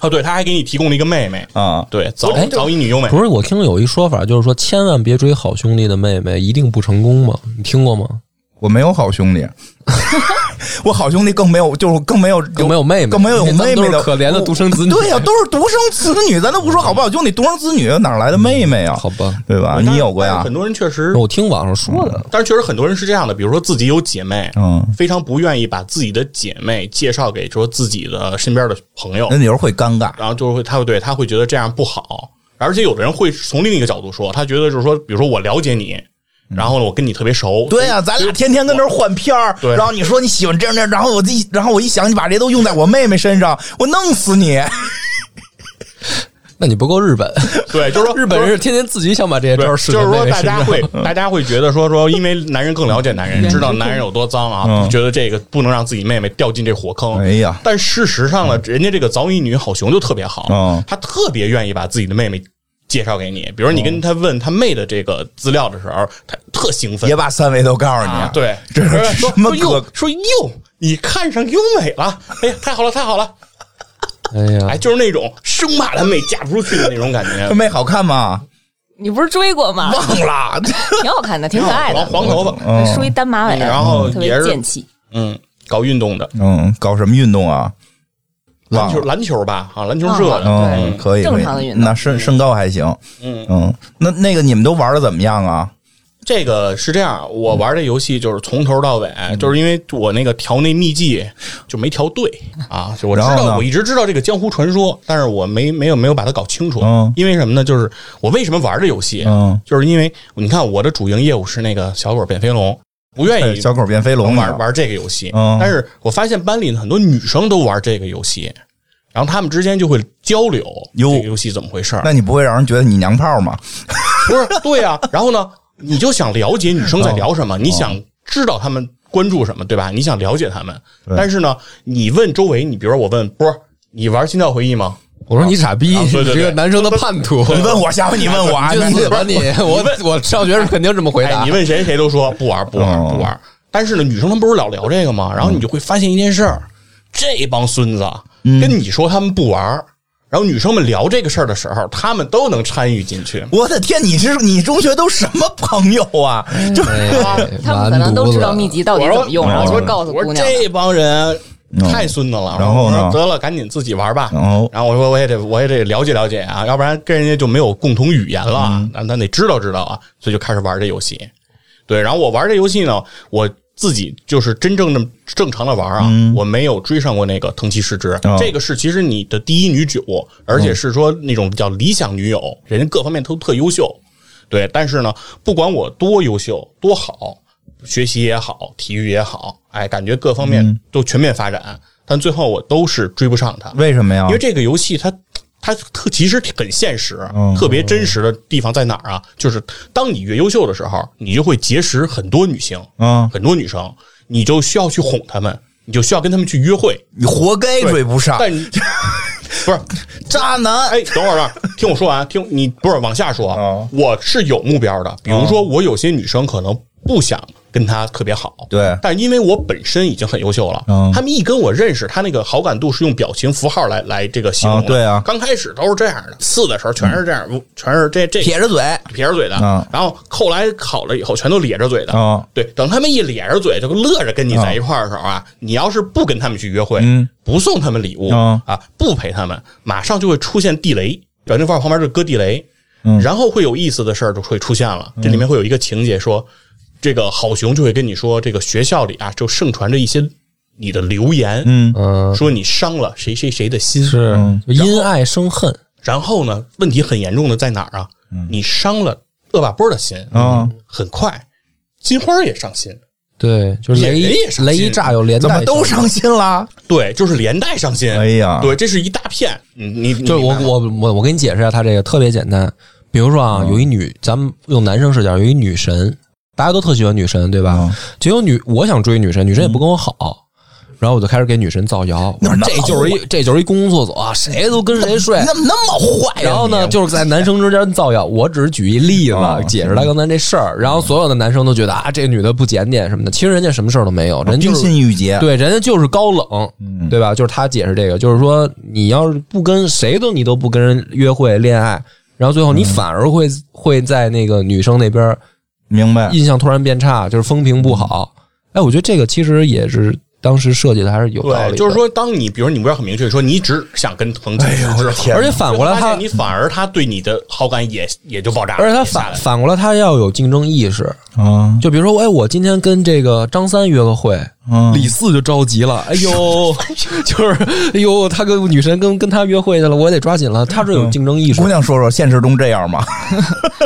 S3: 哦，对，他还给你提供了一个妹妹，
S1: 啊，
S3: 对，早
S2: 哎
S3: 早乙女优美，
S2: 不是，我听有一说法，就是说千万别追好兄弟的妹妹，一定不成功嘛。你听过吗？
S1: 我没有好兄 弟，我好兄弟更没有，就是更没有
S2: 更没有妹妹
S1: 更没有
S2: 因为咱
S1: 妹
S2: 们都
S1: 妹
S2: 是
S1: 的
S2: 可怜的独生子女
S1: 对呀、都是独生子女，咱都不说好不好兄弟，独生子女哪来的妹妹啊？
S2: 嗯好吧
S1: 对吧？嗯
S3: 但
S1: 你
S3: 是
S1: 有过
S3: 但
S1: 呀
S3: 是很？多人确实，
S2: 我听网上说的，
S3: 但是确实很多人是这样的，比如说自己有姐妹，
S1: 嗯，
S3: 非常不愿意把自己的姐妹介绍给说自己的身边的朋友
S1: 那，有时候会尴尬。
S3: 然后就会他会对他会觉得这样不好，而且有的人会从另一个角度说，他觉得就是说，比如说我了解你，然后呢我跟你特别熟，
S1: 嗯对呀、咱俩天天跟这儿换片儿，
S3: 对
S1: 然后你说你喜欢这样这样，然后我自己，然后我一想，你把这都用在我妹妹身上，我弄死你！
S3: 哦
S2: 那你不够 日本。
S3: 对，就是说
S2: 日本人是天天自己想把这些
S3: 对，
S2: 招儿
S3: 就
S2: 使
S3: 是
S2: 在妹
S3: 说
S2: 妹
S3: 大
S2: 身
S3: 家
S2: 上。
S3: 会大家会觉得说说，因为男人更了解男人，知道男人有多脏啊，
S1: 嗯
S3: 觉得这个不能让自己妹妹掉进这火坑。
S1: 哎呀
S3: 但事实上呢，人家这个早乙女好熊就特别好
S1: 嗯，
S3: 她特别愿意把自己的妹妹。介绍给你，比如你跟她问她妹的这个资料的时候，她特兴奋
S1: 别，把三围都告诉你，
S3: 啊，对，
S1: 这
S3: 说
S1: 是什么
S3: 说哟
S1: 可？
S3: 说哟，你看上优美了，哎呀，太好了，太好了，
S2: 哎呀
S1: 嗯
S3: 哎，，就是那种生怕她妹嫁不出去的那种感 觉
S1: 这。妹好看 吗？
S4: 你不是追过吗？
S1: 忘了，
S4: 挺好看的，挺可爱
S3: 黄
S4: 的，
S3: 黄头发，
S1: 嗯
S4: 梳一单马尾，
S3: 然后
S4: 特
S3: 也
S4: 别
S3: 是
S4: 贱气。
S3: 嗯，搞运动的，
S1: 嗯，搞什么运动啊？
S3: 篮
S1: 忘
S3: 球
S1: 了，
S3: 篮球吧，啊，篮球热
S4: 哦
S3: 的，
S1: 嗯，
S4: 对
S1: 可以，
S4: 正
S1: 可以
S4: 常的运动
S1: 那身身高还行，
S3: 嗯，
S1: 嗯，那那个你们都玩的怎么样啊？
S3: 这个是这样，我玩这游戏就是从头到尾，
S1: 嗯
S3: 就是因为我那个调那秘籍就没调对啊，就我
S1: 嗯
S3: 知
S1: 然后呢
S3: 道我一直知道这个江湖传说，但是我没没有没有把它搞清楚，
S1: 嗯
S3: 因为什么呢？就是我为什么玩这游戏，
S1: 嗯
S3: 就是因为你看我的主营业务是那个小狗变飞龙，不愿意
S1: 哎小狗变飞龙
S3: 玩
S1: 玩，
S3: 玩这个游戏，
S1: 嗯
S3: 但是我发现班里很多女生都玩这个游戏，然后她们之间就会交流这
S1: 哟
S3: 个游戏怎么回事儿，
S1: 那你不会让人觉得你娘炮吗？
S3: 不是，对呀、然后呢，你就想了解女生在聊什么，你想知道她们关注什么，对吧？你想了解她们，但是呢，你问周围，你比如说我问波儿，你玩心跳回忆吗？
S2: 我说你傻逼，
S3: 啊
S2: 你
S3: 对对对
S2: 这个男生的叛徒，
S1: 你问我，下回你问 我，啊，
S2: 你去死吧你！我我上学是肯定这么回
S3: 哎，
S2: 答
S3: 你。问谁谁都说不玩不玩
S1: 哦
S3: 不玩。但是呢，女生她们不是老聊这个吗？然后你就会发现一件事儿，这帮孙子啊跟你说他们不玩儿，然后女生们聊这个事儿的时候，他们都能参与进去。
S1: 我的天，你是你中学都什么朋友啊？
S4: 嗯
S1: 就
S2: 哎
S4: 他们可能都知道秘。籍到底
S3: 我
S4: 怎
S3: 说
S4: 么用，然后
S3: 我
S4: 就
S3: 说
S4: 是告诉姑
S3: 我说
S4: 娘。
S3: 这帮人太孙子了。
S1: 嗯然后呢
S3: 我说得了，赶紧自己玩吧。
S1: 然后
S3: 然后我说我也得我也得了解了解啊，要不然跟人家就没有共同语言
S1: 嗯
S3: 了，那咱得知道知道啊，所以就开始玩这游戏。对，然后我玩这游戏呢，我自己就是真正的正常的玩啊，我没有追上过那个藤崎诗织，
S1: 嗯哦
S3: 这个是其实你的第一女酒，而且是说那种叫理想女友，人家各方面都特优秀。对，但是呢，不管我多优秀多好，学习也好，体育也好，哎，感觉各方面都全面发展，但最后我都是追不上他。
S1: 为什么呀
S3: 因为？这个游戏它它特其实很现实，
S1: 嗯
S3: 特别真实的地方在哪儿啊？就是当你越优秀的时候，你就会结识很多女性，
S1: 嗯
S3: 很多女生，你就需要去哄她们，你就需要跟她们去约会。
S1: 你活该追不上，
S3: 但你不是，
S1: 渣男。
S3: 哎，等会儿啊，听我说完，听你不是往下说，啊
S1: 哦
S3: 我是有目标的。比如说，我有些女生可能不想跟她特别好，
S1: 对
S3: 但因为我本身已经很优秀了，
S1: 嗯
S3: 她们一跟我认识，她那个好感度是用表情符号来来这个形容的、
S1: 啊对啊
S3: 刚开始都是这样的，刺的时候全是这样，全是这这
S1: 撇着嘴，
S3: 撇着嘴的，
S1: 嗯
S3: 然后后来好了以后，全都咧着嘴的。
S1: 哦
S3: 对，等他们一咧着嘴，就乐着跟你在一块儿的时候啊，你要是不跟他们去约会，
S1: 嗯
S3: 不送他们礼物、
S1: 嗯
S3: 啊，不陪他们，马上就会出现地雷，表情符号旁边就搁地雷，
S1: 嗯
S3: 然后会有意思的事儿就会出现了。这里面会有一个情节说，这个好熊就会跟你说，这个学校里啊，就盛传着一些你的流言，
S1: 嗯
S2: 嗯，
S3: 说你伤了谁谁谁的心，
S2: 是就因爱生恨，
S3: 然后呢，问题很严重的在哪儿啊？你伤了恶霸波的心，
S1: 嗯啊，
S3: 很快金花儿也上心，
S2: 对，就是
S3: 也
S2: 雷
S3: 人
S2: 一
S3: 也伤
S2: 雷
S3: 心
S2: 一炸有连带
S1: 怎么都
S2: 伤
S1: 伤心啦？
S3: 对，就是连带上心。
S1: 哎呀
S3: 对，这是一大片。你你你
S2: 就
S3: 明
S2: 我
S3: 白吗
S2: 我我我给你解释一下，他这个特别简单。比如说
S1: 嗯
S2: 啊，有一女，咱们用男生视角，有一女神，大家都特喜欢女神，对吧
S1: 嗯？
S2: 结果女我想追女神，女神也不跟我好，然后我就开始给女神造谣，
S1: 哪
S2: 我说
S1: 儿那
S2: 这
S1: 么
S2: 就是一这就是一工作组啊，谁都跟谁睡
S1: 你。怎么那么坏哎呀？
S2: 然后呢，
S1: 你啊
S2: 就是在男生之间造谣。我只是举一例子
S1: 哦，
S2: 解释他刚才这事儿。然后所有的男生都觉得啊，这女的不检点什么的。其实人家什么事儿都没有，人就
S1: 啊冰
S2: 是
S1: 心玉洁，
S2: 对，人家就是高冷，对吧？就是他解释这个，就是说你要是不跟谁都你都不跟人约会恋爱，然后最后你反而会、会在那个女生那边
S1: 明白？嗯
S2: 印象突然变差，就是风评不好。哎，我觉得这个其实也是当时设计的，还是有道理的。
S3: 对，就是说，当你比如你目标很明确，说你只想跟藤子
S1: 哎呦我的天
S2: 而且反过来
S3: 发
S2: 他
S3: 现你反而他对你的好感也也就爆炸了，
S2: 而且他
S3: 也下来
S2: 反
S3: 了
S2: 反过来，他要有竞争意识。
S1: 啊，
S2: 就比如说，哎，我今天跟这个张三约个会，
S1: 嗯
S2: 李四就着急了，哎 呦，就是哎呦，他跟女神跟跟他约会去了，我也得抓紧了。他这有竞争意识
S1: 嗯姑，娘说说，现实中这样吗？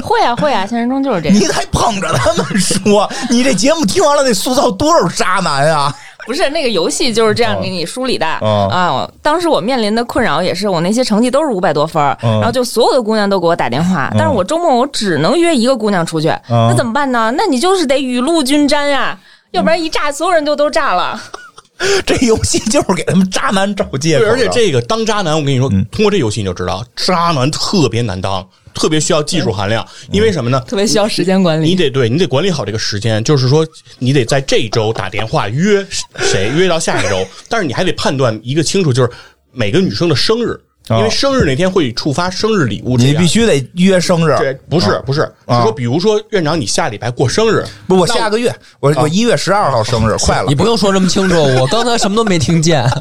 S4: 会啊会啊，现实中就是这样。
S1: 你还捧着他们说，你这节目听完了得塑造多少渣男啊？
S4: 不是那个游戏就是这样给你梳理的、
S3: 嗯
S1: 哦
S4: 啊！我当时我面临的困扰也是，我那些成绩都是五百多分儿、
S1: 嗯
S4: 然后就所有的姑娘都给我打电话，
S3: 嗯
S4: 但是我周末我只能约一个姑娘出去，那怎么办呢？那你就是得雨露均沾呀、要不然一炸，所有人就都炸了。
S1: 这游戏就是给他们渣男找借口
S3: 对，
S1: 的。
S3: 而且这个当渣男，我跟你
S1: 嗯
S3: 说，通过这游戏你就知道，渣男特别难当，特别需要
S1: 嗯
S3: 技术含量，因为什么呢？
S4: 特别需要时间管
S3: 你。得对你得管理好这个时间，就是说你得在这一周打电话约谁，约到下一周，但是你还得判断一个清楚，就是每个女生的生日，
S1: 啊
S3: 因为生日那天会触发生日礼物这
S1: 你
S3: 样，
S1: 必须得约生
S3: 对
S1: 日，，
S3: 不是不是，
S1: 啊
S3: 是说比如说院长你下礼拜过生日，
S1: 不，我下个月，我我一月十二号生日，快了
S2: 你。不用说这么清楚，我刚才什么都没听见。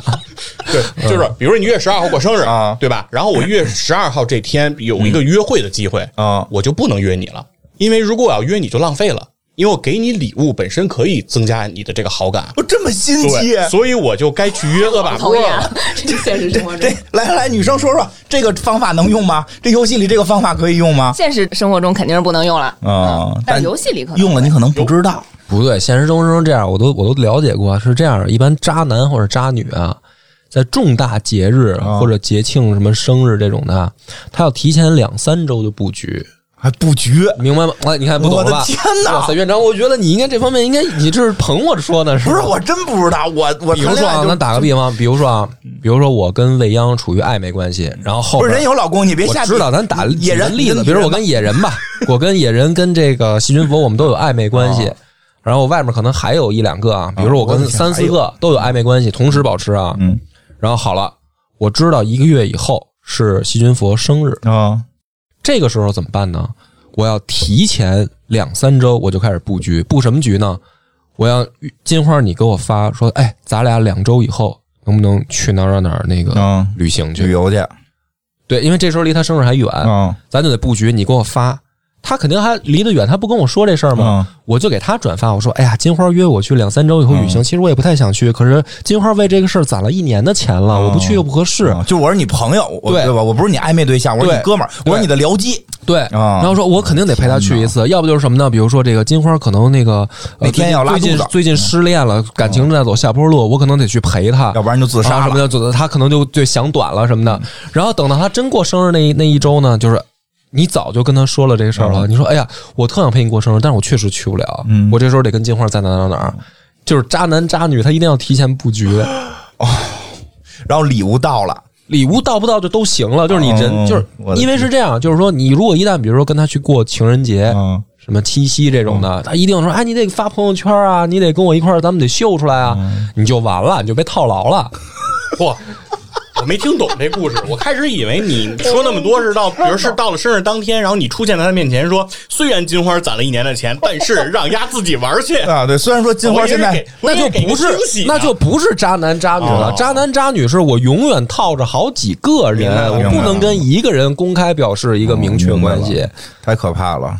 S3: 对，
S1: 嗯
S3: 就是比如说你一月十二号过生日
S1: 啊
S3: 对吧？然后我一月十二号这天
S1: 嗯
S3: 有一个约会的机会
S1: 啊
S3: 我就不能约你了，因为如果我要约你就浪费了，因为我给你礼物本身可以增加你的这个好感。
S1: 我这么新 奇
S3: 对，，所以我就该去约恶霸
S4: 讨
S3: 波
S4: 厌
S3: 了。，
S4: 这现实生活中
S1: 这。来来，女生说说这个方法能用吗？这游戏里这个方法可以用吗？
S4: 现实生活中肯定是不能用了
S1: 啊
S4: 嗯
S1: 但
S4: 但游戏里可能
S1: 用了你可能不知道，
S2: 不对，现实中是这样，我都我都了解过，是这样，一般渣男或者渣女啊，在重大节日
S1: 啊
S2: 或者节庆，什么生日这种的，他要提前两三周就布局。
S1: 还布局。
S2: 明白吗？哎，你看不懂了
S1: 我
S2: 吧？
S1: 的天哪
S2: 哇塞，院长，我觉得你应该这方面应该，你这是捧我说呢，是
S1: 不
S2: 吧
S1: 是，我真不知道，我我
S2: 比如
S1: 谈
S2: 说
S1: 恋爱
S2: 啊，
S1: 就嗯
S2: 咱打个比方，比如说啊，比如说我跟未央处于暧昧关系，然后
S1: 嗯
S2: 后
S1: 不
S2: 边
S1: 是人有老公，你别
S2: 我
S1: 瞎
S2: 知道，咱打
S1: 野人
S2: 举个例子，比如我跟野人吧， 我跟野人跟这个细菌佛，我们都有暧昧关系。然后外面可能还有一两个啊，比如说我
S1: 哦啊我
S2: 跟
S1: 的天
S2: 三四个都有暧昧关系，同时保持啊。
S1: 嗯
S2: 然后好了，我知道一个月以后是细菌佛生日，
S1: 啊
S2: 这个时候怎么办呢？我要提前两三周我就开始布局，布什么局呢？我要金花，你给我发说，哎，咱俩两周以后能不能去哪儿哪儿哪儿那个
S1: 嗯，
S2: 旅行去？
S1: 旅游去
S2: 对，因为这时候离他生日还远，
S1: 啊
S2: 咱就得布局，你给我发。他肯定还离得远，他不跟我说这事儿吗？我就给他转发，我说：“哎呀，金花约我去两三周以后旅行，其实我也不太想去，可是金花为这个事儿攒了一年的钱了，我不去又不合适。
S1: 啊就我是你朋友，我
S2: 对
S1: 对吧？我不是你暧昧对象，我是
S2: 对
S1: 你哥们儿，
S2: 对
S1: 我是你的僚机。
S2: 对，
S1: 啊
S2: 然后说我肯定得陪他去一次，要不就是什么呢？比如说这个金花可能那个呃
S1: 那天要拉
S2: 最近
S1: 肚子嗯
S2: 最近失恋了，感情正在走下坡路，我可能得去陪他，
S1: 要不然就自
S2: 啊
S1: 杀
S2: 什么
S1: 了。嗯
S2: 的，走的他可能就就想短了什么的。然后等到他真过生日那一那一周呢，就是。你早就跟他说了这事儿了，你说，哎呀，我特想陪你过生日，但是我确实去不了，
S1: 嗯
S2: 我这时候得跟金花在哪儿哪儿哪儿，就是渣男渣女，他一定要提前 布局，
S1: 然后礼物到了，
S2: 礼物到不到就都行了，就是你人、
S1: 哦
S2: 就是
S1: 我的
S2: 因为是这样，就是说你如果一旦比如说跟他去过情人节，
S1: 嗯
S2: 什么七夕这种
S3: 嗯
S2: 的，他一定说，哎，你得发朋友圈啊，你得跟我一块儿，咱们得秀出来啊，
S3: 嗯
S2: 你就完了，你就被套牢了。
S3: 嚯！我没听懂这故事，我开始以为你说那么多是到，比如是到了生日当天，然后你出现在他面前说，虽然金花攒了一年的钱，但是让丫自己玩儿去。
S1: 啊，对，虽然说 金花现
S3: 我以为
S1: 在
S3: 给我
S2: 那
S3: 以
S2: 就
S3: 为给个
S2: 不是
S3: 惊喜，呢
S2: 那就不是渣男渣女了。
S3: 哦
S2: 渣男渣女是我永远套着好几个人
S3: 明白，了哦
S2: 我不能跟一个人公开表示一个明确关系。
S1: 太可怕了，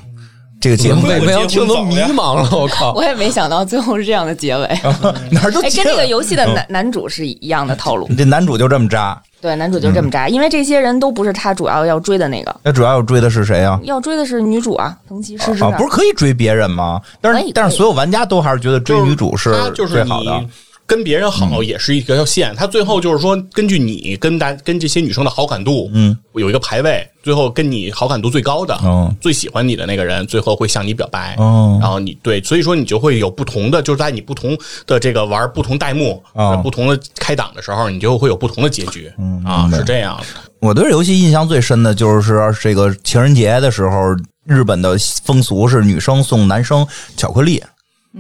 S1: 这个节目
S2: 魏
S3: 我
S2: 魏阳
S3: 结
S2: 听
S3: 婚
S2: 都
S3: 早
S2: 迷
S3: 呀
S2: 茫了，我靠！
S4: 我也没想到最后是这样的结尾，
S1: 哦哪儿都
S4: 哎，
S1: 接
S4: 跟那个
S1: 了。
S4: 游戏的男男主是一样的套路。
S1: 这男主就这么渣，
S4: 对，男主就这
S1: 嗯
S4: 么渣，因为这些人都不是他主要要追的那个，
S1: 那主要追的是谁啊？
S4: 要追的是女主啊，藤崎诗之
S1: 啊
S4: 啊，
S1: 不是可以追别人吗？但
S4: 可以可
S1: 是
S4: 以
S1: 但是所有玩家都还是觉得追
S3: 就是
S1: 女主是
S3: 他就是
S1: 最
S3: 你
S1: 好的。
S3: 跟别人好也是一条线，他最后就是说，根据你跟大跟这些女生的好感度，
S1: 嗯，
S3: 有一个排位，最后跟你好感度最高的，
S1: 哦
S3: 最喜欢你的那个人，最后会向你表白，
S1: 哦
S3: 然后你对，所以说你就会有不同的，就是在你不同的这个玩不同弹幕、
S1: 哦
S3: 呃不同的开档的时候，你就会有不同的结局，嗯啊
S1: 明，白
S3: 是这样的。
S1: 我对这游戏印象最深的就是这个情人节的时候，日本的风俗是女生送男生巧克力。
S3: 嗯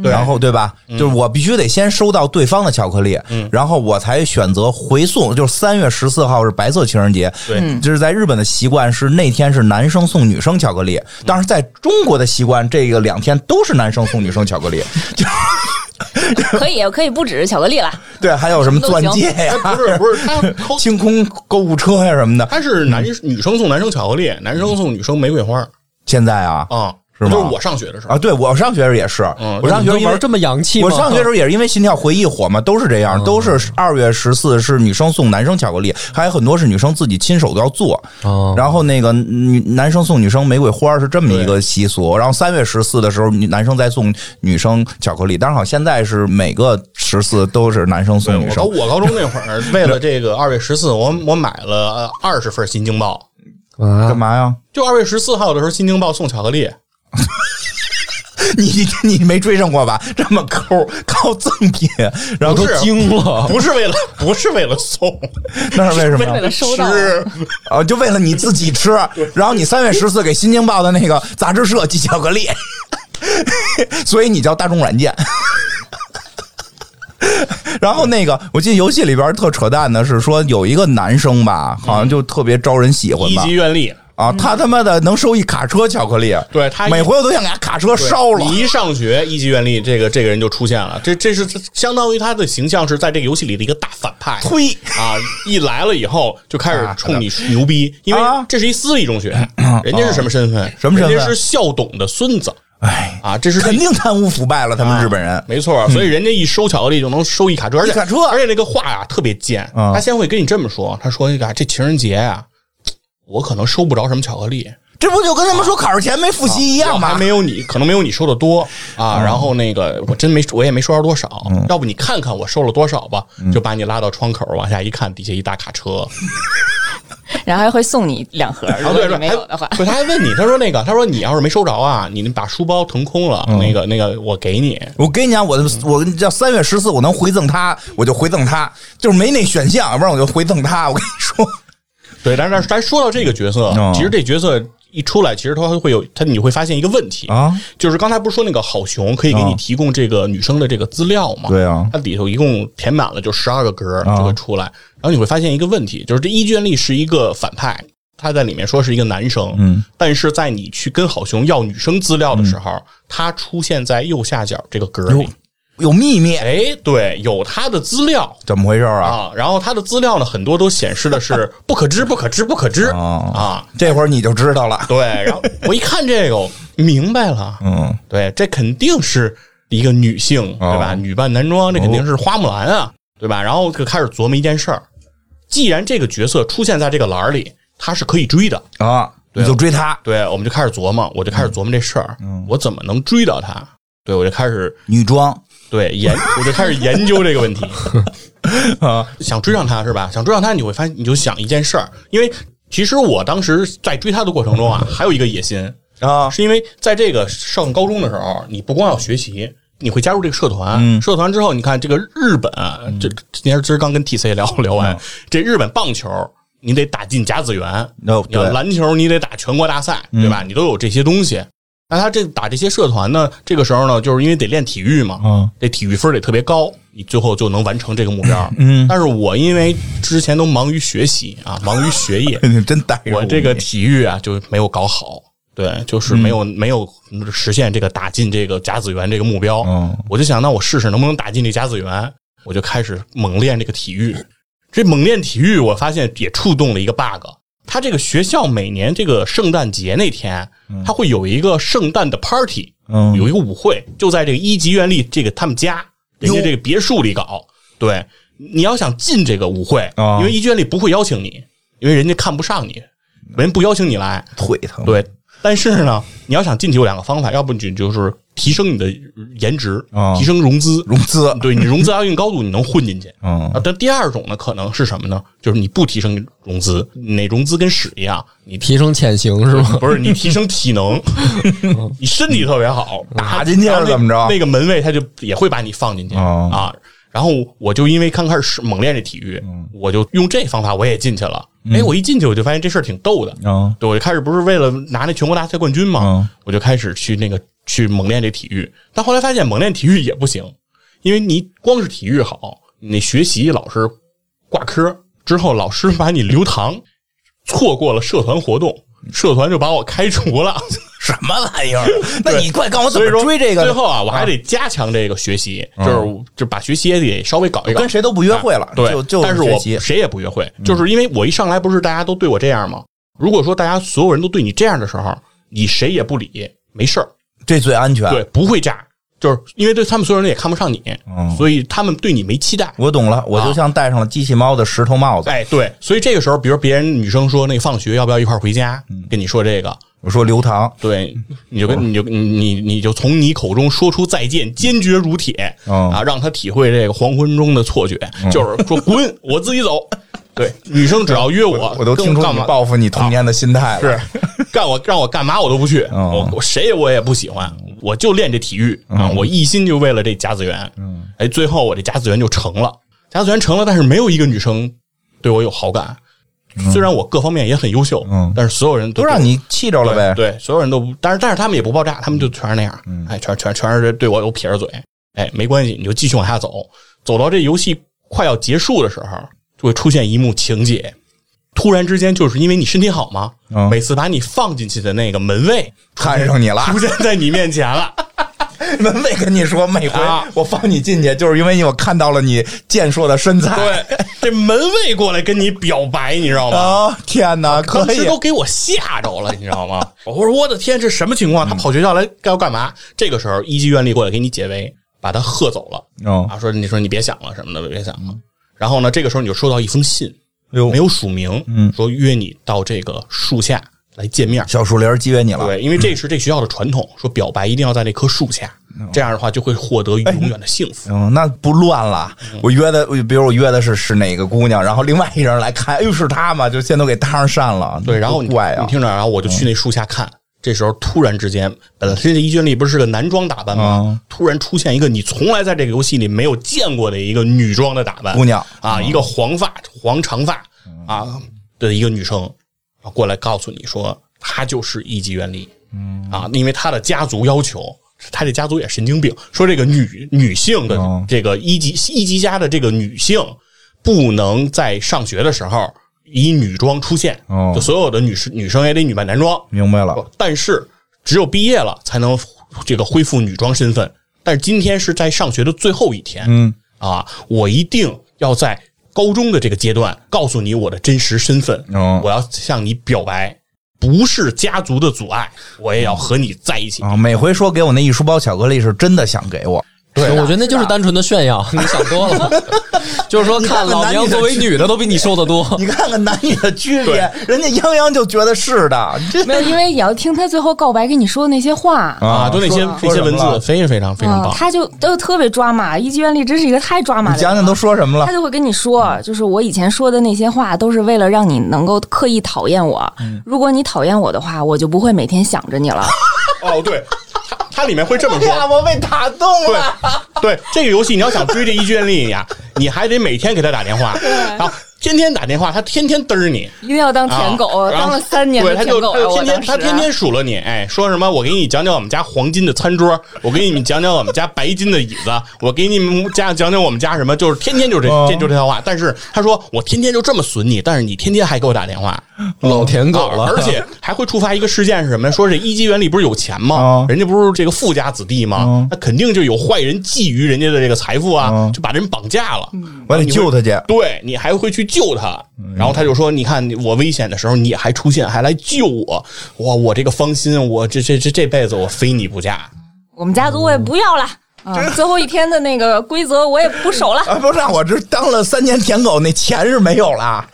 S1: 然后对吧？就是我必须得先收到对方的巧克力，
S3: 嗯
S1: 然后我才选择回送。就是三月十四号是白色情人节，
S3: 对嗯
S1: 就是在日本的习惯是那天是男生送女生巧
S3: 嗯
S1: 克力，但是在中国的习惯，这个两天都是男生送女生巧克力，
S4: 可以可以不只是巧克力啦，
S1: 对，还有什么钻戒呀、
S3: 哎，不是不是，他抠，
S1: 清空购物车呀、什么的。
S3: 他是男女生送男生巧克力，男生送女生玫瑰花
S1: 现在啊
S3: 啊，
S1: 是吗
S3: 就是我上学的时候
S1: 啊，对我上学时候也是，
S3: 嗯
S1: 我上学时候因
S2: 你们
S1: 为
S2: 玩这么洋气吗？
S1: 我上学时候也是因为《心跳回忆》火嘛，都是这
S3: 嗯
S1: 样，都是二月十四是女生送男生巧克力，还有很多是女生自己亲手都要做。
S2: 哦
S1: 然后那个女男生送女生玫瑰花是这么一个习俗，然后三月十四的时候，女男生再送女生巧克力。当然，好像现在是每个十四都是男生送女
S3: 我高
S1: 生。
S3: 我高中那会儿，为了这个二月十四，我我买了呃二十份《新京报
S2: 啊
S1: 干，嘛呀？》，
S3: 就二月十四号的时候，《新京报》送巧克力，
S1: 你你没追上过吧？这么抠， 靠赠品，然后
S3: 不
S2: 都
S3: 是
S2: 惊了。
S3: 不是为了 不是为了送，
S1: 那是为什么呀？
S4: 为了收到。
S3: 是
S1: 啊，就为了你自己吃，然后你三月十四给《新京报》的那个杂志社寄巧克力， 所以你叫大众软件。然后那个，我记得游戏里边特扯淡的是说有一个男生吧，好像就特别招人喜欢
S3: 一
S1: 吧
S3: 级，愿力。
S1: 啊，他他妈的能收一卡车巧克力，
S3: 对他一
S1: 每回我都想给他卡车
S3: 对
S1: 烧了。
S3: 你一上学，一级愿力这个这个人就出现了，这这是相当于他的形象是在这个游戏里的一个大反派。
S1: 推
S3: 啊！一来了以后就开始
S1: 啊
S3: 冲你牛逼，因为
S1: 啊嗯
S3: 这是一私立中学，人家是什么身份？
S1: 哦什么身份
S3: 人家是校董的孙子
S1: 哎，
S3: 啊！这是
S1: 肯定贪污腐败了，他们日本人。
S3: 没错，所以人家一收巧克力就能收一卡车，而且
S1: 一卡车
S3: 而且那个话啊特别贱，
S1: 嗯
S3: 他先会跟你这么说，他说那个啊这情人节啊，我可能收不着什么巧克力，
S1: 这不就跟他们说考试前没复习一样
S3: 我还
S1: 吗？
S3: 没有你，可能没有你收的多
S1: 哦
S3: 啊。然后那个我真没，我也没收着多少，
S1: 嗯
S3: 要不你看看我收了多少吧，就把你拉到窗口往下一看，底下一大卡车，
S4: 然后还会送你 两盒，
S3: 然
S4: 如
S3: 后
S4: 果
S3: 对
S4: 你
S3: 对，
S4: 没有的话
S1: 哎
S3: 还，对，他还问你，他说那个，他说你要是没收着啊，你把书包腾空了，
S1: 嗯
S3: 那个那个我给你，
S1: 我跟你讲，我我叫三月十四，我能回赠他，我就回赠他，就是没那选项，要不然我就回赠他。我跟你说，
S3: 对，但是但是咱说到这个角色，
S1: 嗯
S3: 其实这角色一出来，其实他会有他，你会发现一个问题
S1: 啊，
S3: 就是刚才不是说那个好熊可以给你
S1: 啊
S3: 提供这个女生的这个资料吗？
S1: 对啊
S3: 它里头一共填满了就十二个格儿
S1: 啊
S3: 就会出来，然后你会发现一个问题，就是这伊卷利是一个反派。他在里面说是一个男生，
S1: 嗯，
S3: 但是在你去跟好熊要女生资料的时候，他出现在右下角这个格儿里。
S1: 有秘密，
S3: 哎，对，有他的资料，
S1: 怎么回事啊？
S3: 啊，然后它的资料呢，很多都显示的是 不可知、不可知、不可知
S1: 哦
S3: 啊。
S1: 这会儿你就知道了。
S3: 对，然后我一看这个，我明白了，
S1: 嗯，
S3: 对，这肯定是一个女性，
S1: 哦
S3: 对吧？女扮男装，这肯定是花木兰啊，对吧？然后就开始琢磨一件事儿：既然这个角色出现在这个栏儿里，他是可以追的。
S1: 啊，你就追他，
S3: 对，我们就开始琢磨，我就开始琢磨这事儿，我怎么能追到他？对，我就开始
S1: 女装
S3: 对研，我就开始研究这个问题啊，想追上他是吧？想追上他，你会发现，你就想一件事儿，因为其实我当时在追他的过程中啊，还有一个野心，
S1: 啊，
S3: 是因为在这个上高中的时候，你不光要学习。你会加入这个社团，
S1: 嗯
S3: 社团之后，你看这个日本，啊，这今天今儿刚跟 T C 聊
S1: 嗯
S3: 聊完，这日本棒球你得打进甲子园，
S1: 哦
S3: 你要
S1: 对嗯
S3: 篮球你得打全国大赛，对吧？你都有这些东西。那他这打这些社团呢，这个时候呢，就是因为得练体育嘛，
S1: 嗯
S3: 这体育分儿得特别高，你最后就能完成这个目标。嗯，但是我因为之前都忙于学习啊，忙于学业，
S1: 真呆着
S3: 我这个体育啊就没有搞好，对，就是没有、没有实现这个打进这个甲子园这个目标。
S1: 嗯
S3: 我就想，那我试试能不能打进这甲子园，我就开始猛练这个体育。这猛练体育，我发现也触动了一个 bug。他这个学校每年这个圣诞节那天，他会有一个圣诞的 party，
S1: 嗯
S3: 有一个舞会，就在这个一级院力这个他们家人家
S1: 哟
S3: 这个别墅里搞。对，你要想进这个舞会，
S1: 啊
S3: 因为一级院力不会邀请你，因为人家看不上你，人不邀请你来。
S1: 腿疼，
S3: 对，但是呢，你要想进去有两个方法，要不你就是提升你的颜值，
S1: 啊
S3: 提升融资，
S1: 融资，
S3: 对你融资要一定高度，你能混进去。
S1: 嗯
S3: 啊，但第二种呢，可能是什么呢？就是你不提升融资，你那融资跟屎一样，你
S2: 提升潜行是吗？
S3: 不是你提升体能， 你身体特别好，
S1: 嗯打进去
S3: 然后
S1: 了
S3: 那
S1: 怎么着？
S3: 那个门卫他就也会把你放进去、
S1: 哦
S3: 啊。然后我就因为刚开始猛练这体育，
S1: 嗯
S3: 我就用这方法我也进去了。哎，我一进去我就发现这事儿挺逗的，
S1: 嗯
S3: 对，我就开始不是为了拿那全国大赛冠军嘛，
S1: 嗯
S3: 我就开始去那个去猛练这体育，但后来发现猛练体育也不行，因为你光是体育好，你学习老师挂科之后，老师把你留堂，错过了社团活动，社团就把我开除了。
S1: 什么玩意 儿？那你快告诉我怎
S3: 所以
S1: 么
S3: 说
S1: 追这个？嗯
S3: 最后啊，我还得加强这个学习，就是就把学习也得稍微搞一搞。
S1: 跟谁都不约会了，
S3: 对，
S1: 就就
S3: 但是
S1: 学
S3: 我
S1: 习嗯
S3: 谁也不约会，就是因为我一上来不是大家都对我这样吗？如果说大家所有人都对你这样的时候，你谁也不理，没事儿，
S1: 这最安全。
S3: 对，不会炸，就是因为对他们所有人也看不上你
S1: 嗯，
S3: 所以他们对你没期待。
S1: 我懂了，我就
S3: 啊
S1: 像戴上了机器猫的石头帽子。
S3: 哎，对，所以这个时候，比如别人女生说那个放学要不要一块儿回家，
S1: 嗯
S3: 跟你说这个，
S1: 我说刘唐，
S3: 对，你就跟你就你你你就从你口中说出再见，坚决如铁、
S1: 哦嗯
S3: 啊，让他体会这个黄昏中的错觉，就是说 滚，我自己走。对，女生只要约我，
S1: 我都
S3: 跟
S1: 听出
S3: 干
S1: 你
S3: 嘛
S1: 报复你童年的心态了。
S3: 是干我让我干嘛我都不去，
S1: 哦嗯
S3: 我我谁也我也不喜欢，我就练这体育啊，我一心就为了这甲子园。
S1: 嗯
S3: 哎，最后我这甲子园就成了，甲子园成了，但是没有一个女生对我有好感。虽然我各方面也很优秀，
S1: 嗯
S3: 但是所有人都
S1: 都让你气着了呗。嗯
S3: 对，对所有人都不，但是但是他们也不爆炸，他们就全是那样，哎，全全全是对我有撇着嘴，哎，没关系，你就继续往下走，走到这游戏快要结束的时候，就会出现一幕情节，突然之间就是因为你身体好嘛，
S1: 嗯
S3: 每次把你放进去的那个门卫
S1: 看上你了，
S3: 出现在你面前了，
S1: 门卫跟你说，每回
S3: 啊
S1: 我放你进去，就是因为我看到了你健硕的身材。
S3: 对，这门卫过来跟你表白，你知道吗？
S1: 啊，天哪，
S3: 当
S1: 可
S3: 时
S1: 以
S3: 都给我吓着了，你 知道吗？我说我的天，这什么情
S1: 嗯
S3: 况？他跑学校来该要干嘛？这个时候一级院力过来给你解围，把他喝走了。
S1: 哦
S3: 啊，说你说你别想了什么的，别想了。然后呢，这个时候你就收到一封信，
S1: 哟
S3: 没有署名，嗯，说约你到这个树下来见面。
S1: 小树林儿激约你了。
S3: 对，因为这是这学校的传统，说表白一定要在那棵树下，这样的话就会获得永远的幸福。
S1: 嗯，那不乱了。
S3: 嗯
S1: 我约的，比如我约的是是哪个姑娘，然后另外一人来看，哎呦是她嘛，就先都给搭上扇了。
S3: 对，然后你
S1: 多怪啊
S3: 你，听着，然后我就去那树下看。这时候突然之间，本来这伊俊丽不是个男装打扮吗？
S1: 嗯
S3: 突然出现一个你从来在这个游戏里没有见过的一个女装的打扮
S1: 姑娘嗯
S3: 啊，一个黄发黄长发啊的一个女生啊过来告诉你说，她就是一级原理。嗯啊，因为她的家族要求，她这家族也神经病，说这个女女性的
S1: 嗯
S3: 这个一级一级家的这个女性不能在上学的时候以女装出现，
S1: 哦
S3: 就所有的女生女生也得女扮男装，
S1: 明白了。
S3: 但是只有毕业了才能这个恢复女装身份。但是今天是在上学的最后一天，嗯啊，我一定要在高中的这个阶段告诉你我的真实身份，
S1: 哦
S3: 我要向你表白，不是家族的阻碍，我也要和你在一起。
S1: 啊，每回说给我那一书包巧克力是真的想 给我，
S2: 对，我觉得那就是单纯的炫耀，你想多了。 就是说，看老娘作为女的都比你瘦得多。
S1: 你看看男女的区别，人家泱泱就觉得是的，这
S4: 没有，因为也要听他最后告白跟你说的那些话。
S1: 哦
S3: 啊，就那些
S1: 说
S3: 那些文
S1: 说什么了
S3: 字，非常非常非常
S4: 嗯，
S3: 棒。
S4: 他就都特别抓马，一级院力真是一个太抓马的
S1: 你
S4: 人
S1: 讲
S4: 了。
S1: 讲都说什么了
S4: 他？就会跟你
S3: 啊
S4: 说，就是我以前说的那些话，都是为了让你能够刻意讨厌我。
S3: 嗯
S4: 如果你讨厌我的话，我就不会每天想着你 了。
S3: 哦，对，它它里面会这么
S1: 哎
S3: 说，
S1: 呀，我被打动
S3: 对
S1: 了。
S3: 对，这个游戏你要想追这一卷力呀，你还得每天给他打电话，啊，天天打电话，他天天嘚儿你。
S4: 一定要当舔狗，
S3: 啊然后
S4: 当了三年
S3: 对，
S4: 的
S3: 他
S4: 舔
S3: 就
S4: 狗
S3: 他就
S4: 了。我
S3: 天天
S4: 当时啊
S3: 他天天数落你，哎，说什么？我给你讲讲我们家黄金的餐桌，我给你们讲讲我们家白金的椅子，我给你们家讲讲我们家什么，就是天天就这，
S1: 哦
S3: 这就这套话。但是他说我天天就这么损你，但是你天天还给我打电话，
S2: 老舔狗
S3: 啊
S2: 了，
S3: 而且还会触发一个事件是什么呀？说这一级原理不是有钱
S1: 哦
S3: 吗？人家不是这个富家子弟吗
S1: 嗯？
S3: 那肯定就有坏人觊觎人家的这个财富啊
S1: 嗯，
S3: 就把人绑架了。
S1: 我得救他去。啊
S3: 对你还会去救他，然后他就说：“你看我危险的时候，你还出现，还来救我，哇！我这个芳心，我这这这这辈子我非你不嫁。
S4: 我们家族我也不要了。
S3: 嗯
S4: 啊，最后一天的那个规则我也不守 了，
S1: 啊，不是，我这当了三年舔狗，那钱是没有了。啊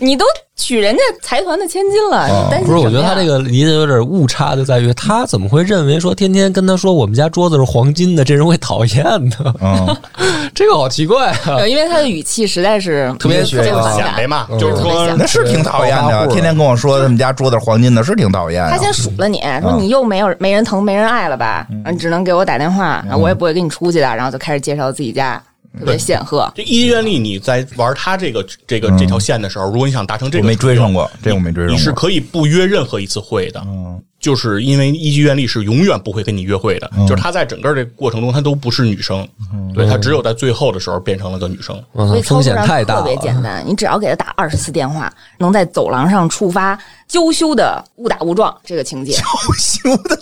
S4: 你都娶人家财团的千金了，
S3: 啊
S4: 你担心
S2: 不是，我
S4: 什
S2: 觉得
S4: 么呀
S2: 他这个理解有点误差，就在于他怎么会认为说天天跟他说我们家桌子是黄金的，这人会讨厌呢？
S1: 嗯，
S2: 这个好奇怪啊！
S4: 对因为他的语气实在是
S1: 特别
S4: 特别
S1: 啊
S4: 反
S3: 显摆
S4: 感。
S3: 嘛，就是
S4: 特别
S3: 说
S2: 嗯
S4: 显
S1: 那是挺讨厌
S2: 暴发
S1: 的，
S2: 户了
S1: 天天跟我说他们家桌子是黄金的，是挺讨厌的。
S4: 他先数了你，说你又没有没人疼没人爱了吧？啊你只能给我打电话，啊我也不会跟你出去的。然后就开始介绍自己家，特别显赫。
S3: 这一元力，你在玩他这个这个这条线的时候，如果你想达成这
S1: 嗯我
S3: 个，
S1: 没追上过，这我没追上过。嗯
S3: 你是可以不约任何一次会的。就是因为一级愿力是永远不会跟你约会
S1: 嗯
S3: 的，就是她在整个这个过程中她都不是女生，对她只有在最后的时候变成了个女生。
S4: 所以
S2: 嗯，
S4: 操
S2: 风
S4: 作
S2: 险
S4: 上
S2: 太大
S4: 特
S2: 了。
S4: 别简单，你只要给他打二十次电话，能在走廊上触发娇羞的误打误撞这个情节，
S1: 不行的，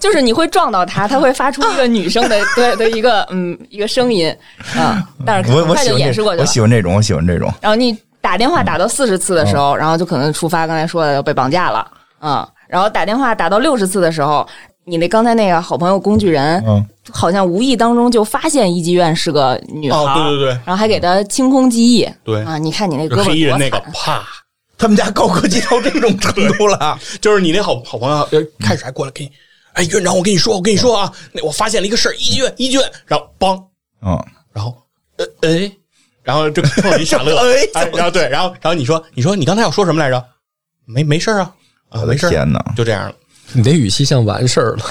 S4: 就是你会撞到他，他会发出一个女生的对的一个嗯一个声音啊，但是
S1: 我
S4: 很
S1: 我
S4: 快
S1: 喜
S4: 就
S1: 欢
S4: 掩
S1: 这
S4: 饰过去
S1: 我
S4: 了。
S1: 喜欢这种，我喜欢这种。
S4: 然后你打电话打到四十次的时
S3: 嗯
S4: 候，然后就可能触发刚才说的被绑架了，嗯，然后打电话打到六十次的时候，你那刚才那个好朋友工具人，
S1: 嗯，
S4: 好像无意当中就发现一级院是个女孩，
S3: 哦，对对
S4: 然后还给她清空记忆，
S3: 对
S4: 啊，你看你那
S3: 对，
S4: 胳
S3: 就
S4: 膊
S3: 黑衣人那个
S4: 多 惨
S3: 啪，
S1: 他们家高科技到这种程度了，
S3: 就是你那好好朋友呃开始还过来给你，哎，院长，我跟你说，我跟你说啊，那我发现了一个事儿，一卷一卷，然后梆，
S1: 嗯，
S3: 然后呃哎，然后就碰一傻乐，
S1: 哎
S3: 哎，然后对，然后然后你说你说你刚才要说什么来着？没没事儿啊啊，
S1: 我
S3: 没
S1: 的
S3: 事儿，
S1: 天哪！
S3: 就这样了。
S2: 你的语气像完事儿了，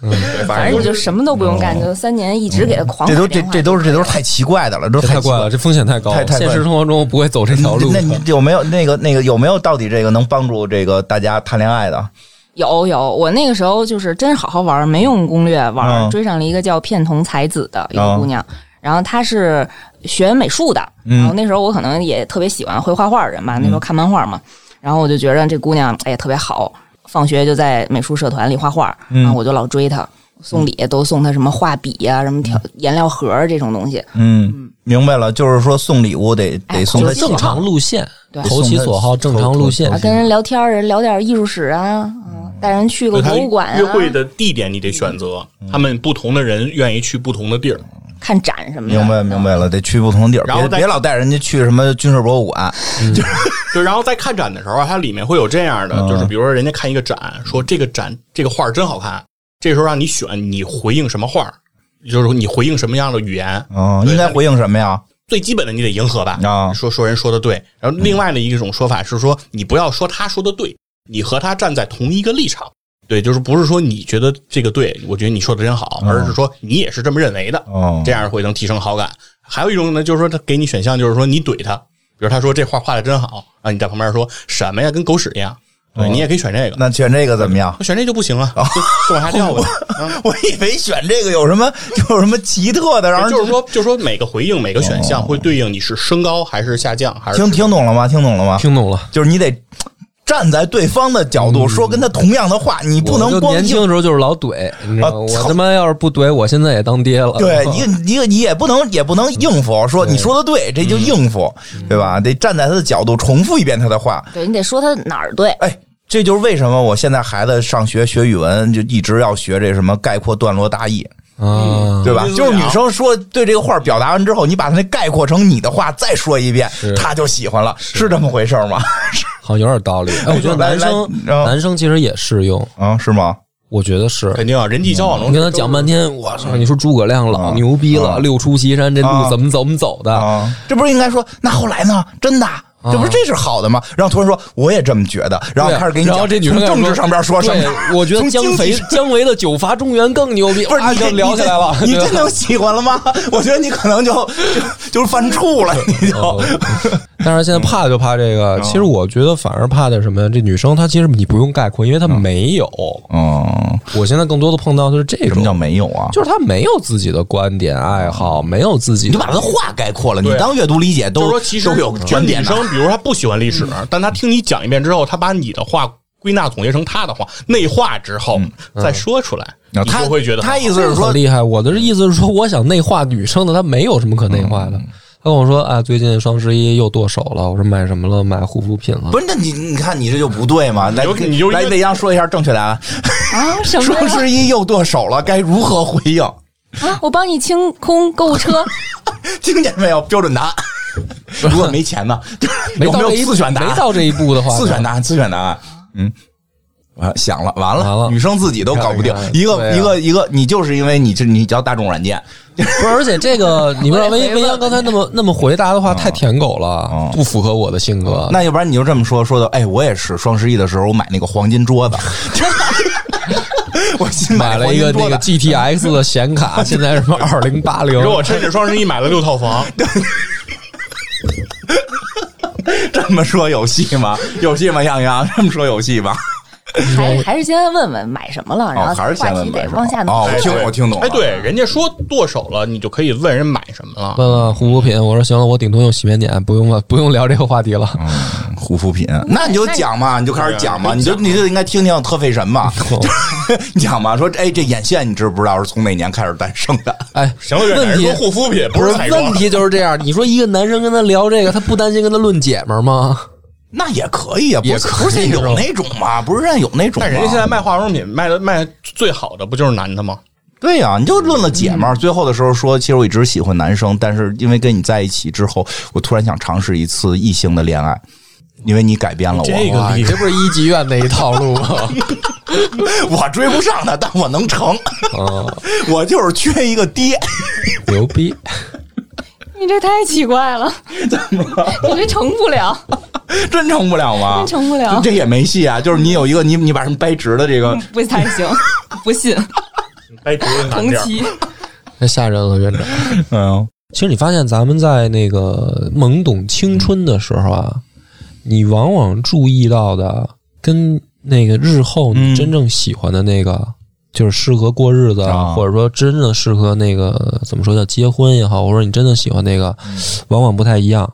S3: 对，
S4: 反
S3: 反
S4: 正你
S3: 正就哦
S4: 就是什么都不用干，就三年一直给她狂
S1: 这
S4: 打
S1: 都
S4: 电话。
S1: 这这都是这都是太奇怪的了，都
S2: 这
S1: 太
S2: 太
S1: 奇
S2: 怪了，。这风险太高
S1: 太
S2: 了。
S1: 太怪
S2: 现
S1: 了
S2: 实生活中不会走这条路
S1: 那。你有没有那个那个有没有到底这个能帮助这个大家谈恋爱的？
S4: 有有，我那个时候就是真好好玩儿，没用攻略玩儿，
S1: 嗯
S4: 追上了一个叫片桐才子的一个
S1: 嗯
S4: 姑娘。然后她是学美术的，然后那时候我可能也特别喜欢会画画的人吧，
S1: 嗯
S4: 那时候看漫画嘛，然后我就觉得这姑娘哎特别好，放学就在美术社团里画画，
S1: 嗯
S4: 然后我就老追她，送礼都送她什么画笔呀、什么调颜料盒儿这种东西，
S1: 嗯，明白了，就是说送礼物得
S4: 哎
S1: 得送
S2: 就
S1: 他
S2: 是正常路线，
S4: 对
S2: 投其所好，正常路线
S1: 嗯
S4: 啊。跟人聊天儿，聊点艺术史啊，嗯，带人去个
S3: 对他
S4: 博物馆啊，
S3: 约会的地点你得选择，
S1: 嗯
S3: 他们不同的人愿意去不同的地儿。
S4: 看展什么的，
S1: 明白明白了，得去不同地儿，
S3: 然后
S1: 别
S3: 再
S1: 别老带人家去什么军事博物馆。
S2: 嗯
S3: 就然后在看展的时候啊，它里面会有这样的，
S1: 嗯
S3: 就是比如说人家看一个展，说这个展这个画儿真好看，这时候让你选你回应什么画儿，就是说你回应什么样的语言。
S1: 嗯，
S3: 对
S1: 应该回应什么呀？
S3: 最基本的你得迎合吧，
S1: 啊
S3: 说说人说的对。然后另外的一种说法是说，你不要说他说的对，你和他站在同一个立场。对，就是不是说你觉得这个对，我觉得你说的真好，
S1: 嗯
S3: 而是说你也是这么认为的。
S1: 哦
S3: 这样会能提升好感。还有一种呢，就是说他给你选项，就是说你怼他，比如他说这画画的真好啊，你在旁边说什么呀，跟狗屎一样。对、
S1: 哦
S3: 你也可以选这个，
S1: 那哦选这个怎么样？
S3: 那选这就不行了，就就往下掉 呗。啊
S1: 我以为选这个有什么 有什么奇特的，让人
S3: 就是说，就是说每个回应每个选
S1: 哦
S3: 项会对应你是升高还是下降，还是
S1: 听听懂了吗？听懂了吗？
S2: 听懂了。
S1: 就是你得站在对方的角
S3: 嗯
S1: 度说跟他同样的话，你不
S2: 我
S1: 能
S2: 就
S1: 光
S2: 年
S1: 硬
S2: 轻的时候就是老怼，你知道吗？
S1: 啊
S2: 我
S1: 操
S2: 他妈要是不怼，我现在也当爹了。
S1: 对，一个一个你也不能也不能应付，说你说的对，这就
S3: 嗯
S1: 应付，对吧？得站在他的角度重复一遍他的话。
S4: 对你得说他哪儿对。
S1: 哎，这就是为什么我现在孩子上学学语文就一直要学这什么概括段落大意，
S2: 啊，
S1: 对吧？
S3: 嗯
S1: 就是女生说对这个话表达完之后，你把它那概括成你的话再说一遍，她就喜欢了，是这么回事 吗？
S2: 好像有点道理。哎，我觉得
S1: 来
S2: 男生
S1: 来嗯
S2: 男生其实也适用，
S1: 啊，是吗？
S2: 我觉得是。
S3: 肯定啊，人际交往
S1: 嗯
S3: 中
S2: 你跟他讲半天，我操！你说诸葛亮老牛逼了，六出祁山这
S1: 啊
S2: 路怎么怎么走的？
S1: 啊，这不是应该说那后来呢？真的啊。这不是这是好的吗？然后突然说我也这么觉得，然后开始给你
S2: 然后
S1: 讲
S2: 这女生
S1: 从
S2: 跟我
S1: 政治上边说什么
S2: 对，我觉得
S1: 从
S2: 姜
S1: 经济
S2: 维
S1: 上
S2: 姜维的九伐中原更牛逼，
S1: 不是
S2: 哇
S1: 你
S2: 就
S1: 这
S2: 聊起来了，
S1: 你
S2: 对
S1: 这
S2: 吧
S1: 你这 能喜欢了吗？ 我觉得你可能就就就是犯怵了，你 就
S2: 嗯 但是现在怕就怕这
S1: 嗯
S2: 个，其实我觉得反而怕的是什么呀？这女生她其实你不用概括，因为她没有。
S1: 嗯，
S2: 我现在更多的碰到的是这
S1: 什么叫
S2: 种，
S1: 没有啊？
S2: 就是她没有自己的观点爱好，没有自己
S1: 你
S2: 的
S1: 就把文化概括了，你
S3: 对
S1: 当阅读理解
S3: 就是
S1: 都
S3: 说，其实
S1: 都有观点的。
S3: 女生，比如她不喜欢历史，但她听你讲一遍之后，她把你的话归纳总结成她的话，内化之后、再说出来，你
S1: 啊他
S3: 就会觉得
S1: 他
S3: 很
S1: 意思
S2: 这
S1: 是
S2: 个
S1: 说
S2: 很，厉害。我的意思是说，我想内化女生的，她没有什么可内化的。她跟我说啊，最近双十一又剁手了。我说买什么了？买护肤品了。
S1: 不是？那你你看你这就不对嘛？来
S3: 有你就
S1: 来，
S3: 因为
S1: 未央说一下正确答案。
S4: 啊，什么呀
S1: 双十一又剁手了，该如何回应？
S4: 啊？我帮你清空购物车，
S1: 听见没有？标准答案。 如果没钱呢？ 就是有
S2: 到
S1: 没
S2: 这
S1: 有
S2: 一
S1: 自选答案？
S2: 没到这一步的话，
S1: 自选答案，自选答案。嗯，完想了，完了，
S2: 完了
S1: 女生自己都搞不定
S2: 你看。你看
S1: 一个、
S2: 对啊
S1: 一个一个，你就是因为你这你叫大众软件，
S2: 不是，而且这个你们知道，
S4: 我也
S2: 薇
S4: 没
S2: 薇央
S4: 问
S2: 刚才那么那么回答的话，太舔狗了
S1: 嗯，
S2: 不符合我的性格。
S1: 那要不然你就这么说说的，哎，我也是双十一的时候我买那个黄金桌子， 我新
S2: 买了一个
S1: 黄
S2: 那
S1: 金桌
S2: 个
S1: 子
S2: GTX 的显卡，现在什么二零八零
S3: 你，说我趁着双十一买了六套房，
S1: 这么说有戏吗？有戏吗？杨洋这么说有戏吗？
S4: 还是还是先问问买什么了，然
S1: 哦，
S4: 后
S1: 还是
S4: 哎话
S1: 先问
S4: 题
S1: 买
S4: 得
S1: 什么
S4: 往下挪
S1: 哦，。我听我听懂了，
S3: 哎，对，人家说剁手了，你就可以问人买什么了。
S2: 问问护肤品，我说行了，我顶多用洗面奶，不用了，不用聊这个话题了。
S1: 护肤品，那你就讲嘛，你就开始讲嘛，
S3: 对啊
S1: 你就你就应该听听特费神嘛，你讲嘛，说哎，这眼线你知不知道是从哪年开始诞生的？
S2: 哎，
S3: 行了，这
S2: 问
S3: 哪
S2: 题
S3: 是说护肤品，
S2: 不
S3: 是
S2: 是
S3: 彩妆
S2: 问。题就是这样，你说一个男生跟他聊这个，他不担心跟他论姐们儿吗？
S1: 那也可以啊，不
S2: 也
S1: 是
S2: 可以
S1: 不是现在
S2: 是吧
S1: 有那种嘛，不是现在有那种吗？
S3: 但人家现在卖化妆品卖的卖最好的不就是男的吗？
S1: 对呀、你就论了姐们儿，最后的时候说，其实我一直喜欢男生，但是因为跟你在一起之后，我突然想尝试一次异性的恋爱，因为你改变了我，
S3: 这个
S2: 哇，
S3: 厉
S2: 你
S3: 害
S2: 这不是一级院那一套路吗？
S1: 我追不上他，但我能 成，
S2: 啊，
S1: 我就是缺一个爹。
S2: 牛逼！
S4: 你这太奇怪了，怎么了？你这成不了，
S1: 真成不了吗？
S4: 真成不了
S1: 就这也没戏啊！就是你有一个你你把什么掰直的这个，
S4: 不太行，不 信。
S3: 哎，只 有男
S4: 同
S3: 点儿
S4: 期
S2: 太吓人了，院长。
S1: 嗯，
S2: 其实你发现咱们在那个懵懂青春的时候啊，你往往注意到的跟那个日后你真正喜欢的那个，就是适合过日子
S1: 啊
S2: 或者说真正适合那个怎么说叫结婚也好，或者你真的喜欢那个，往往不太一样。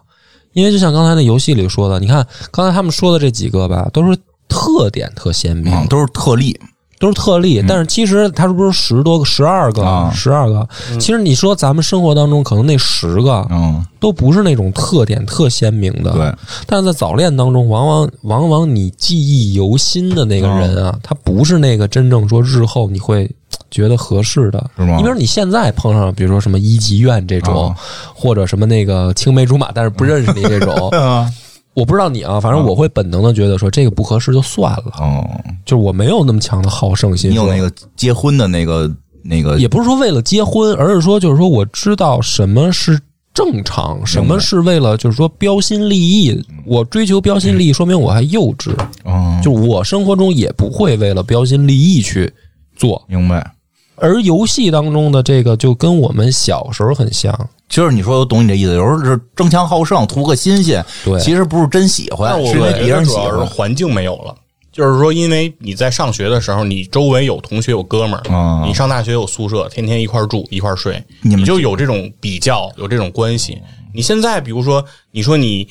S2: 因为就像刚才那游戏里说的，你看刚才他们说的这几个吧，都是特点特鲜明，
S1: 嗯都是特例，
S2: 都是特例，但是其实它是不是十多个、十二个
S1: 啊、
S2: 十二个？其实你说咱们生活当中可能那十个
S1: 嗯，
S2: 都不是那种特点特鲜明的，
S1: 对。
S2: 但是在早恋当中，往往往往你记忆犹新的那个人
S1: 嗯
S2: 啊，他不是那个真正说日后你会嘖觉得合适的。
S1: 是吗
S2: 你比如说你现在碰上，比如说什么一级院这种
S1: 啊，
S2: 或者什么那个青梅竹马，但是不认识你这种，
S1: 嗯，
S2: 我不知道你啊，反正我会本能的觉得说这个不合适就算了，
S1: 哦，
S2: 就是我没有那么强的好胜心。
S1: 你有
S2: 说
S1: 那个结婚的那个那个
S2: 也不是说为了结婚，而是说就是说我知道什么是正常，什么是为了就是说标新立异。我追求标新立异，说明我还幼稚，
S1: 嗯，
S2: 就我生活中也不会为了标新立异去做。
S1: 明白。
S2: 而游戏当中的这个就跟我们小时候很像，
S1: 就是你说我懂你这意思，有时候是争强好胜，图个新鲜，
S2: 对
S1: 其实不是真喜欢
S3: 但，我
S1: 是因为别
S3: 觉得
S1: 人喜
S3: 主要是
S1: 欢。
S3: 环境没有了。就是说，因为你在上学的时候，你周围有同学有哥们儿，
S1: 嗯
S3: 你上大学有宿舍，天天一块儿住一块儿睡，
S1: 你
S3: 你
S1: 们
S3: 就有这种比较，有这种关系。你现在比如说，你说你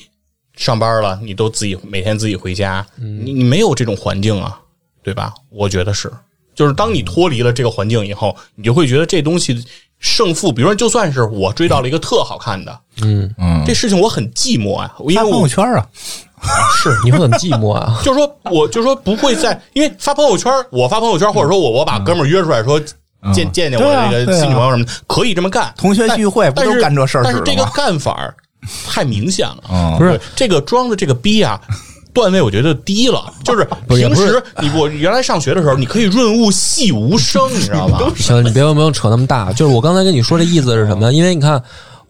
S3: 上班了，你都自己每天自己回家，你你没有这种环境啊，对吧？我觉得是，就是当你脱离了这个环境以后，你就会觉得这东西胜负，比如说，就算是我追到了一个特好看的，
S2: 嗯，
S1: 嗯，
S3: 这事情我很寂寞啊，因为
S1: 发朋
S3: 我。
S1: 友圈啊，
S2: 是你会很寂寞啊
S3: 就是说，我就是说不会在，因为发朋友圈，我发朋友圈，或者说我我把哥们儿约出来说见见见我
S1: 对啊
S3: 这个
S1: 对啊
S3: 新女朋友什么的，可以这么干。
S1: 同学聚会不
S3: 但
S1: 都
S3: 是
S1: 干这事儿
S3: 但
S1: 使
S3: 是
S1: 的
S3: 这个
S1: 吗？
S3: 干法儿太明显了，
S1: 嗯
S2: 不是
S3: 对这个装的这个逼啊。段位我觉得低了，就是
S2: 不是也
S3: 平
S2: 不是
S3: 时你我原来上学的时候，你可以润物细无声，你知道 吧？
S2: 行，你别不用扯那么大，就是我刚才跟你说这意思是什么？因为你看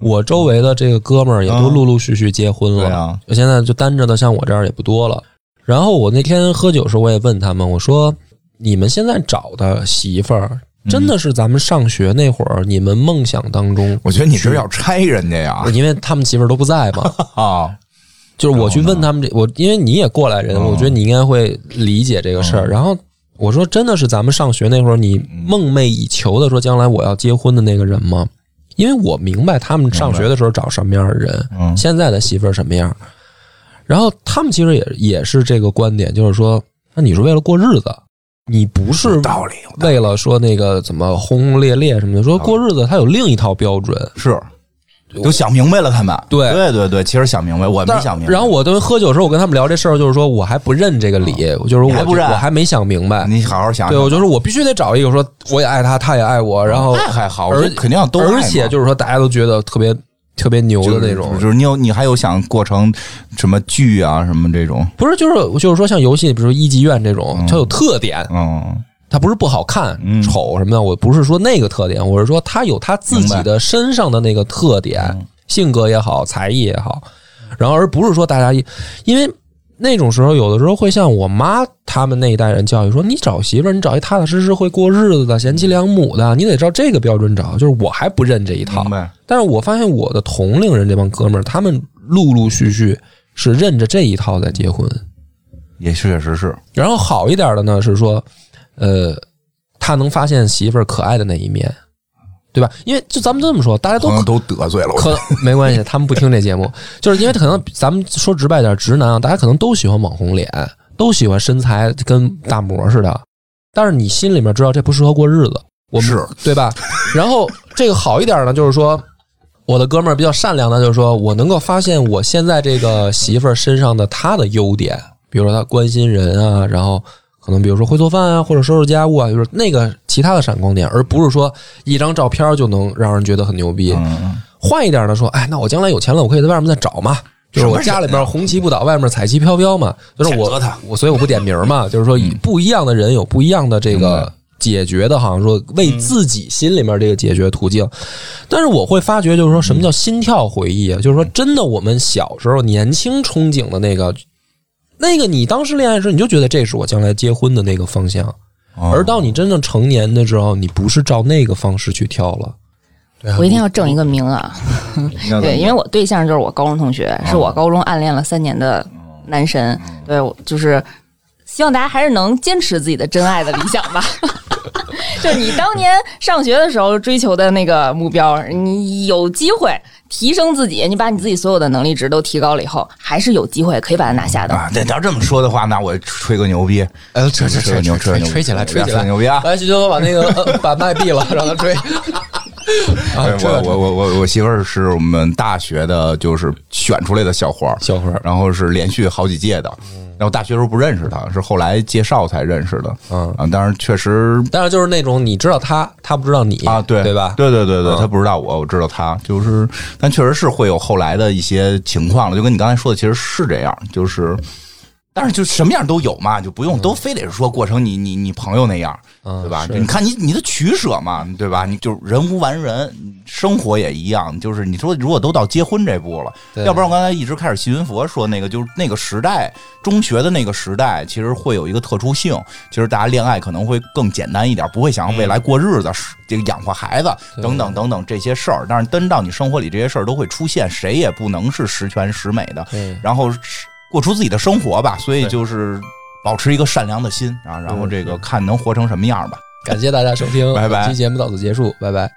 S2: 我周围的这个哥们儿也都陆陆续续结婚
S1: 嗯对
S2: 了，
S1: 啊
S2: 我现在就单着的像我这样也不多了。然后我那天喝酒的时候，我也问他们，我说你们现在找的媳妇儿
S1: 嗯
S2: 真的是咱们上学那会儿你们梦想当中？
S1: 我觉得你这是啊要拆人家呀
S2: 因为他们媳妇儿都不在嘛，
S1: 啊！
S2: 就是我去问他们这，我因为你也过来人，
S1: 哦
S2: 我觉得你应该会理解这个事儿。然后我说，真的是咱们上学那会儿你
S1: 嗯
S2: 梦寐以求的说将来我要结婚的那个人吗？因为我明白他们上学的时候找什么样的人，
S1: 嗯
S2: 现在的媳妇儿什么样。然后他们其实也也是这个观点，就是说，那你是为了过日子，你不是
S1: 道理
S2: 为了说那个怎么轰轰烈烈什么的，
S1: 哦
S2: 说过日子他有另一套标准。
S1: 是，都想明白了，他们
S2: 对
S1: 对对对，其实想明白，我没
S2: 但
S1: 想明白。
S2: 然后我都喝酒的时候，我跟他们聊这事儿，就是说我还不认这个理，就是我
S1: 啊你还不认
S2: 我还没想明白。
S1: 你啊好好想
S2: 对，
S1: 想，
S2: 我就是我必须得找一个说我也爱他，他也爱我，然后
S1: 那还哎好，
S2: 哎而
S1: 这肯定要都爱嘛
S2: 而且就是说大家都觉得特别特别牛的那种
S1: 就是，就是你有你还有想过成什么剧啊什么这种，
S2: 不是就是就是说像游戏，比如说一级院这种，它有特点，
S1: 嗯，
S2: 它不是不好看、
S1: 嗯
S2: 丑什么的，我不是说那个特点，我是说它有它自己
S1: 明嗯
S2: 的身上的那个特点，性格也好，才艺也好，然后而不是说大家一，因为那种时候有的时候会像我妈他们那一代人教育说，你找媳妇儿，你找一踏踏实实会过日子的，贤妻良母的，你得照这个标准找，就是我还不认这一套
S1: 明，白？
S2: 但是我发现我的同龄人这帮哥们儿，他们陆陆续续是认着这一套在结婚。
S5: 也确实是，
S2: 然后好一点的呢是说，呃，他能发现媳妇儿可爱的那一面，对吧？因为就咱们这么说，大家都
S1: 朋友
S2: 可
S1: 都得罪了我。
S2: 可没关系，他们不听这节目，就是因为可能咱们说直白点，直男啊，大家可能都喜欢网红脸，都喜欢身材跟大模似的，但是你心里面知道这不适合过日子，我们
S1: 是
S2: 对吧？然后这个好一点呢，就是说。我的哥们儿比较善良的，就是说我能够发现我现在这个媳妇儿身上的她的优点，比如说她关心人啊，然后可能比如说会做饭啊，或者收拾家务啊，就是那个其他的闪光点，而不是说一张照片就能让人觉得很牛
S1: 啊
S2: 逼。
S1: 嗯
S2: 换一点呢，说，哎，那我将来有钱了，我可以在外面再找嘛。就是我家里边红旗不倒，外面彩旗飘飘嘛。就是我
S1: 啊谴责他，嗯
S2: 我所以我不点名嘛。 就是说，不一样的人有不一样的这个解决的，好像说为自己心里面这个解决途径。但是我会发觉，就是说什么叫心跳回忆啊？就是说，真的，我们小时候年轻憧憬的那个，那个你当时恋爱的时，候，你就觉得这是我将来结婚的那个方向。
S1: 哦
S2: 而到你真正成年的时候，你不是照那个方式去跳了。
S4: 我一
S1: 嗯
S4: 定要挣一个名啊！对，因为我对象就是我高中同学，是我高中暗恋了三年的男神。对，我就是希望大家还是能坚持自己的真爱的理想吧。 就是你当年上学的时候追求的那个目标，你有机会提升自己，你把你自己所有的能力值都提高了以后，还是有机会可以把它拿下的。
S5: 啊，那要这么说的话，那我吹个牛逼，
S2: 呃，吹吹
S5: 吹个牛，吹个牛逼，牛逼啊！
S2: 来，徐秋把那个、呃把麦闭了，让他 吹。啊
S1: 哎，我我我我我媳妇儿是我们大学的，就是选出来的校花，
S2: 校花
S1: 然后是连续好几届的。然后大学时候不认识她，是后来介绍才认识的。
S2: 嗯
S1: 啊，当然确实
S2: 但是就是那种你知道他，他不知道你
S1: 啊，对
S2: 对吧？嗯
S1: 对对对对，他不知道我，我知道他，就是，但确实是会有后来的一些情况了，就跟你刚才说的，其实是这样，就是，但是就什么样都有嘛，就不用都非得说过成你你你朋友那样，
S2: 嗯
S1: 对吧？
S2: 是
S1: 你看你你的取舍嘛，对吧？你就是人无完人，生活也一样，就是你说如果都到结婚这步了，
S2: 对
S1: 要不然我刚才一直开始信云佛说那个，就是那个时代，中学的那个时代，其实会有一个特殊性，其实大家恋爱可能会更简单一点，不会想未来过日子、是这个养活孩子等等等等这些事儿。但是真到你生活里，这些事儿都会出现，谁也不能是十全十美的。
S2: 对
S1: 然后是过出自己的生活吧，所以就是保持一个善良的心啊，然后这个看能活成什么样吧。
S2: 感谢大家收听，
S1: 拜拜
S2: 本期节目到此结束，拜拜。